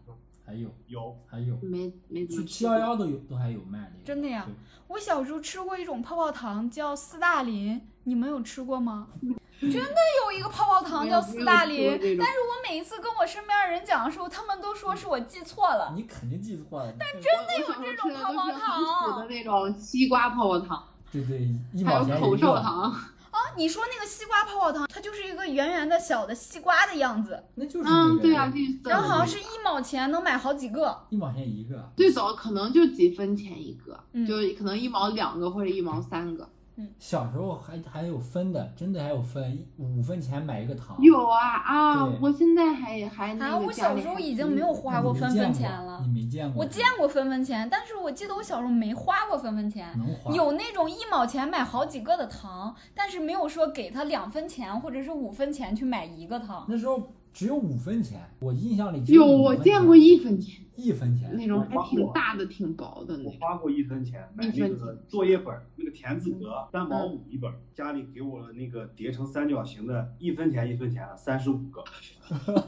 [SPEAKER 3] 还有
[SPEAKER 2] 有
[SPEAKER 3] 还有，
[SPEAKER 4] 没没怎
[SPEAKER 3] 去
[SPEAKER 4] 么
[SPEAKER 3] 七
[SPEAKER 4] 吃
[SPEAKER 3] 幺
[SPEAKER 4] 过。
[SPEAKER 3] 幺都有都还有卖的，
[SPEAKER 1] 真的呀
[SPEAKER 3] 对？
[SPEAKER 1] 我小时候吃过一种泡泡糖叫斯大林，你们有吃过吗？真的有一个泡泡糖
[SPEAKER 4] 嗯没
[SPEAKER 1] 叫
[SPEAKER 4] 有
[SPEAKER 1] 斯大
[SPEAKER 4] 没有
[SPEAKER 1] 林
[SPEAKER 4] 吃过，这种
[SPEAKER 1] 但是我每一次跟我身边人讲的时候，他们都说是我记错了。
[SPEAKER 3] 你肯定记错了。但真
[SPEAKER 4] 真的有
[SPEAKER 1] 这种泡泡糖
[SPEAKER 4] 的那种西瓜泡泡糖，
[SPEAKER 3] 对对，一
[SPEAKER 4] 还
[SPEAKER 3] 毛
[SPEAKER 4] 有
[SPEAKER 3] 钱
[SPEAKER 4] 口
[SPEAKER 3] 一
[SPEAKER 4] 哨
[SPEAKER 3] 个，
[SPEAKER 4] 糖，
[SPEAKER 1] 你说那个西瓜泡泡糖，它就是一个圆圆的小的西瓜的样子，
[SPEAKER 3] 那就是那
[SPEAKER 4] 嗯，
[SPEAKER 3] 个
[SPEAKER 4] 对啊，绿色
[SPEAKER 1] 然后
[SPEAKER 4] 的。
[SPEAKER 1] 好像是一毛钱能买好几个。
[SPEAKER 3] 一毛钱一个。
[SPEAKER 4] 最早可能就几分钱一个
[SPEAKER 1] 嗯，
[SPEAKER 4] 就可能一毛两个或者一毛三个。
[SPEAKER 1] 嗯，
[SPEAKER 3] 小时候还还有分的，真的还有分，一五分钱买一个糖。
[SPEAKER 4] 有啊啊！
[SPEAKER 3] 对
[SPEAKER 4] 我现在还还那
[SPEAKER 1] 啊，
[SPEAKER 4] 个
[SPEAKER 1] 我
[SPEAKER 4] 家
[SPEAKER 1] 小
[SPEAKER 4] 里嗯
[SPEAKER 1] 时候
[SPEAKER 4] 还
[SPEAKER 1] 已经没有花过
[SPEAKER 3] 你没
[SPEAKER 1] 分
[SPEAKER 3] 见
[SPEAKER 1] 分
[SPEAKER 3] 过
[SPEAKER 1] 钱了
[SPEAKER 3] 你。没见过？
[SPEAKER 1] 我见过分分钱，但是我记得我小时候没花过分分钱。
[SPEAKER 3] 能花
[SPEAKER 1] 有那种一毛钱买好几个的糖，但是没有说给他两分钱或者是五分钱去买一个糖。
[SPEAKER 3] 那时候只有五分钱，我印象里只
[SPEAKER 4] 有，
[SPEAKER 3] 五
[SPEAKER 4] 我
[SPEAKER 3] 分
[SPEAKER 4] 见
[SPEAKER 3] 钱
[SPEAKER 4] 过一分钱
[SPEAKER 3] 一分钱，
[SPEAKER 4] 那种，还
[SPEAKER 2] 我花
[SPEAKER 4] 挺
[SPEAKER 2] 过
[SPEAKER 4] 大的，挺薄
[SPEAKER 3] 嗯
[SPEAKER 4] 的那
[SPEAKER 2] 我
[SPEAKER 4] 种。
[SPEAKER 2] 花过一分钱买
[SPEAKER 4] 一
[SPEAKER 2] 那
[SPEAKER 4] 分
[SPEAKER 2] 个作业本儿，那个田字格三
[SPEAKER 3] 嗯
[SPEAKER 2] 毛五一本儿，家里给我了那个叠成三角形的，一分钱一分钱的啊三十五个。 (laughs)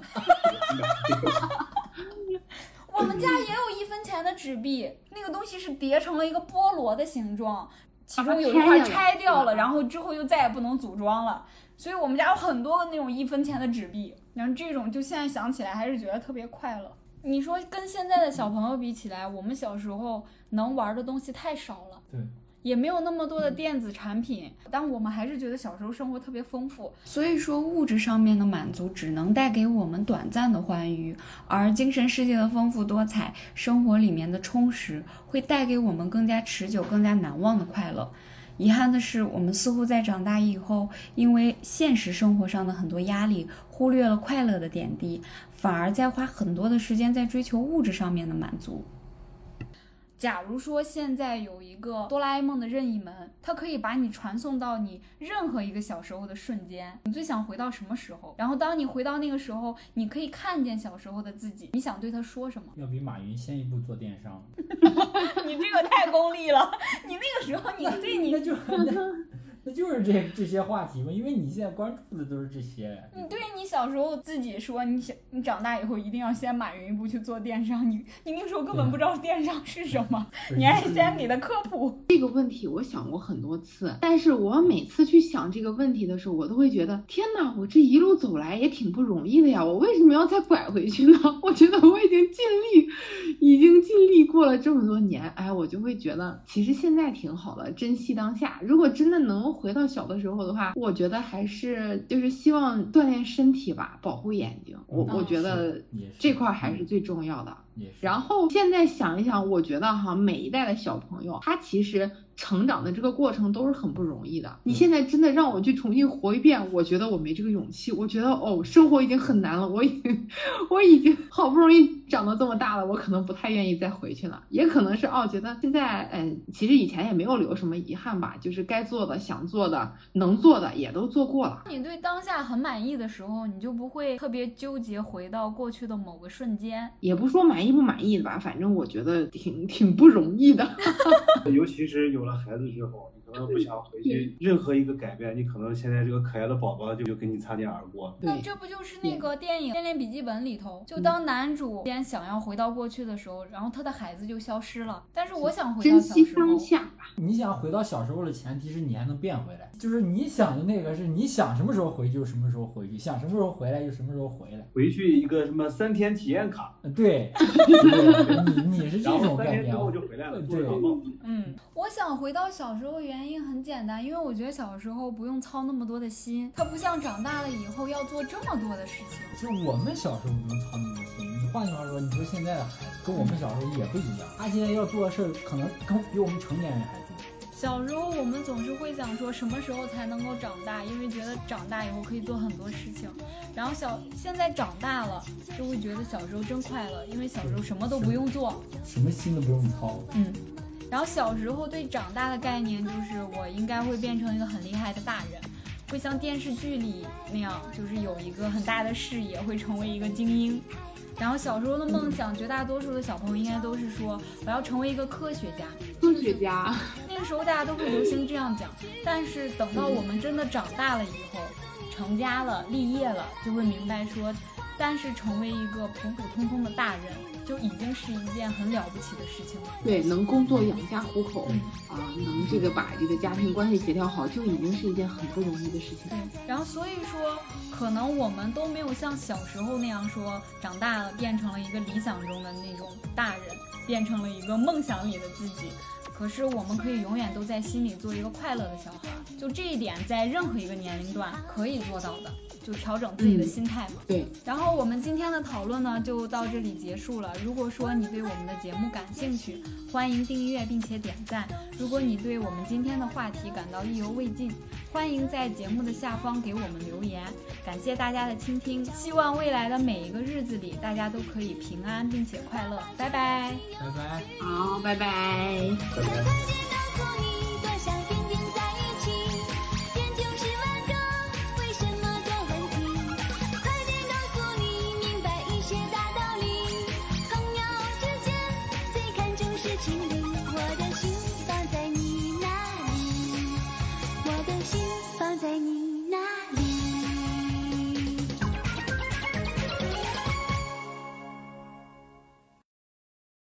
[SPEAKER 1] 我们家也有一分钱的纸 (laughs) 币，那个东西是叠成了一个菠萝的形状，其中有一块啊拆掉了，嗯然后之后又再也不能组装了。所以我们家有很多那种一分钱的纸币，然后这种就现在想起来还是觉得特别快乐。你说跟现在的小朋友比起来，我们小时候能玩的东西太少了。
[SPEAKER 3] 对，
[SPEAKER 1] 也没有那么多的电子产品，但我们还是觉得小时候生活特别丰富。所以说，物质上面的满足只能带给我们短暂的欢愉，而精神世界的丰富多彩，生活里面的充实，会带给我们更加持久、更加难忘的快乐。遗憾的是，我们似乎在长大以后，因为现实生活上的很多压力，忽略了快乐的点滴，反而在花很多的时间在追求物质上面的满足。假如说现在有一个哆啦 A 梦的任意门，它可以把你传送到你任何一个小时候的瞬间，你最想回到什么时候？然后当你回到那个时候，你可以看见小时候的自己，你想对他说什么？
[SPEAKER 3] 要比马云先一步做电商。
[SPEAKER 1] (laughs) 你这个太功利了， (laughs) 你那个时候你对你 (laughs)
[SPEAKER 3] 那就那那就是这这些话题嘛，因为你现在关注的都是这些。
[SPEAKER 1] 你对你小时候自己说，你想你长大以后一定要先马云一步去做电商，你你那个时候根本不知道电商是什么，
[SPEAKER 3] 对
[SPEAKER 1] 你还得先给他科普。
[SPEAKER 4] 这个问题我想过很多次，但是我每次去想这个问题的时候，我都会觉得天哪，我这一路走来也挺不容易的呀，我为什么要再拐回去呢？ (laughs) 我觉得我已经尽力，已经尽力过了这么多年，哎，我就会觉得其实现在挺好的，珍惜当下。如果真的能回到小的时候的话，我觉得还是就是希望锻炼身体吧，保护眼睛。我我觉得
[SPEAKER 3] 是也是
[SPEAKER 4] 这块儿还是最重要的。
[SPEAKER 3] 也是，
[SPEAKER 4] 然后现在想一想，我觉得哈，每一代的小朋友，他其实成长的这个过程都是很不容易的。你现在真的让我去重新活一遍，我觉得我没这个勇气。我觉得哦，生活已经很难了，我已经，我已经好不容易长到这么大了，我可能不太愿意再回去了。也可能是哦，觉得现在嗯，其实以前也没有留什么遗憾吧，就是该做的、想做的、能做的也都做过了。
[SPEAKER 1] 你对当下很满意的时候，你就不会特别纠结回到过去的某个瞬间。
[SPEAKER 4] 也不说满意不满意吧，反正我觉得挺挺不容易的。 (laughs)
[SPEAKER 2] 尤其是有了孩子之后，你可能不想回
[SPEAKER 3] 嗯
[SPEAKER 2] 去，任何一个改变，你可能现在这个可爱的宝宝就就给你擦肩而过。
[SPEAKER 4] 对嗯
[SPEAKER 1] 那这不就是那个电影《恋恋笔记本》里头，就当男主边想要回到过去的时候，然后他的孩子就消失了。但是我想回到
[SPEAKER 4] 珍
[SPEAKER 1] 小
[SPEAKER 4] 惜
[SPEAKER 1] 时
[SPEAKER 4] 当
[SPEAKER 1] 候，
[SPEAKER 4] 下。
[SPEAKER 3] 你想回到小时候的前提是你还能变回来，就是你想的那个是你想什么时候回去就什么时候回去，想什么时候回来就什么时候回来。
[SPEAKER 2] 回去一个什么三天体验卡，
[SPEAKER 3] 嗯 (laughs) 对，对你你是这
[SPEAKER 2] 然后
[SPEAKER 3] 种啊
[SPEAKER 2] 三
[SPEAKER 3] 概
[SPEAKER 2] 天
[SPEAKER 3] 念
[SPEAKER 2] 之后就
[SPEAKER 3] 我，
[SPEAKER 2] 回来了，
[SPEAKER 3] 对
[SPEAKER 2] 做个梦。
[SPEAKER 1] 嗯，我想回到小时候原因很简单，因为我觉得小时候不用操那么多的心，他不像长大了以后要做这么多的事情。
[SPEAKER 3] 就我们小时候不用操那么多心。你换句话说，你说现在的孩子跟我们小时候也不一样，他现在要做的事儿可能跟比我们成年人还多。
[SPEAKER 1] 小时候我们总是会想说什么时候才能够长大，因为觉得长大以后可以做很多事情。然后小现在长大了，就会觉得小时候真快乐，因为小时候什么都不用做。
[SPEAKER 3] 什么心都不用操，
[SPEAKER 1] 嗯，然后小时候对长大的概念就是我应该会变成一个很厉害的大人，会像电视剧里那样，就是有一个很大的视野，会成为一个精英。然后小时候的梦想，绝大多数的小朋友应该都是说我要成为一个科学家。
[SPEAKER 4] 科学家，
[SPEAKER 1] 那个时候大家都会流行这样讲，但是等到我们真的长大了以后，成家了、立业了，就会明白说，单是成为一个普普通通的大人，就已经是一件很了不起的事情了。
[SPEAKER 4] 对，能工作养家糊口
[SPEAKER 3] 嗯
[SPEAKER 4] 啊，能这个把这个家庭关系协调好，就已经是一件很不容易的事情。
[SPEAKER 1] 对，然后所以说，可能我们都没有像小时候那样说，长大了变成了一个理想中的那种大人，变成了一个梦想里的自己。可是我们可以永远都在心里做一个快乐的小孩儿，就这一点在任何一个年龄段可以做到的，就调整自己的
[SPEAKER 4] 嗯
[SPEAKER 1] 心态嘛。
[SPEAKER 4] 对，
[SPEAKER 1] 然后我们今天的讨论呢就到这里结束了。如果说你对我们的节目感兴趣，欢迎订阅并且点赞。如果你对我们今天的话题感到意犹未尽，欢迎在节目的下方给我们留言。感谢大家的倾听，希望未来的每一个日子里，大家都可以平安并且快乐。拜拜。
[SPEAKER 3] 拜拜。
[SPEAKER 4] 好，拜
[SPEAKER 8] 拜
[SPEAKER 4] 拜。
[SPEAKER 8] 拜。
[SPEAKER 5] 看见南风里多少丁丁在一起，研究十万个为什么的问题。快点告诉你明白一些大道理，朋友之间最看重是情谊。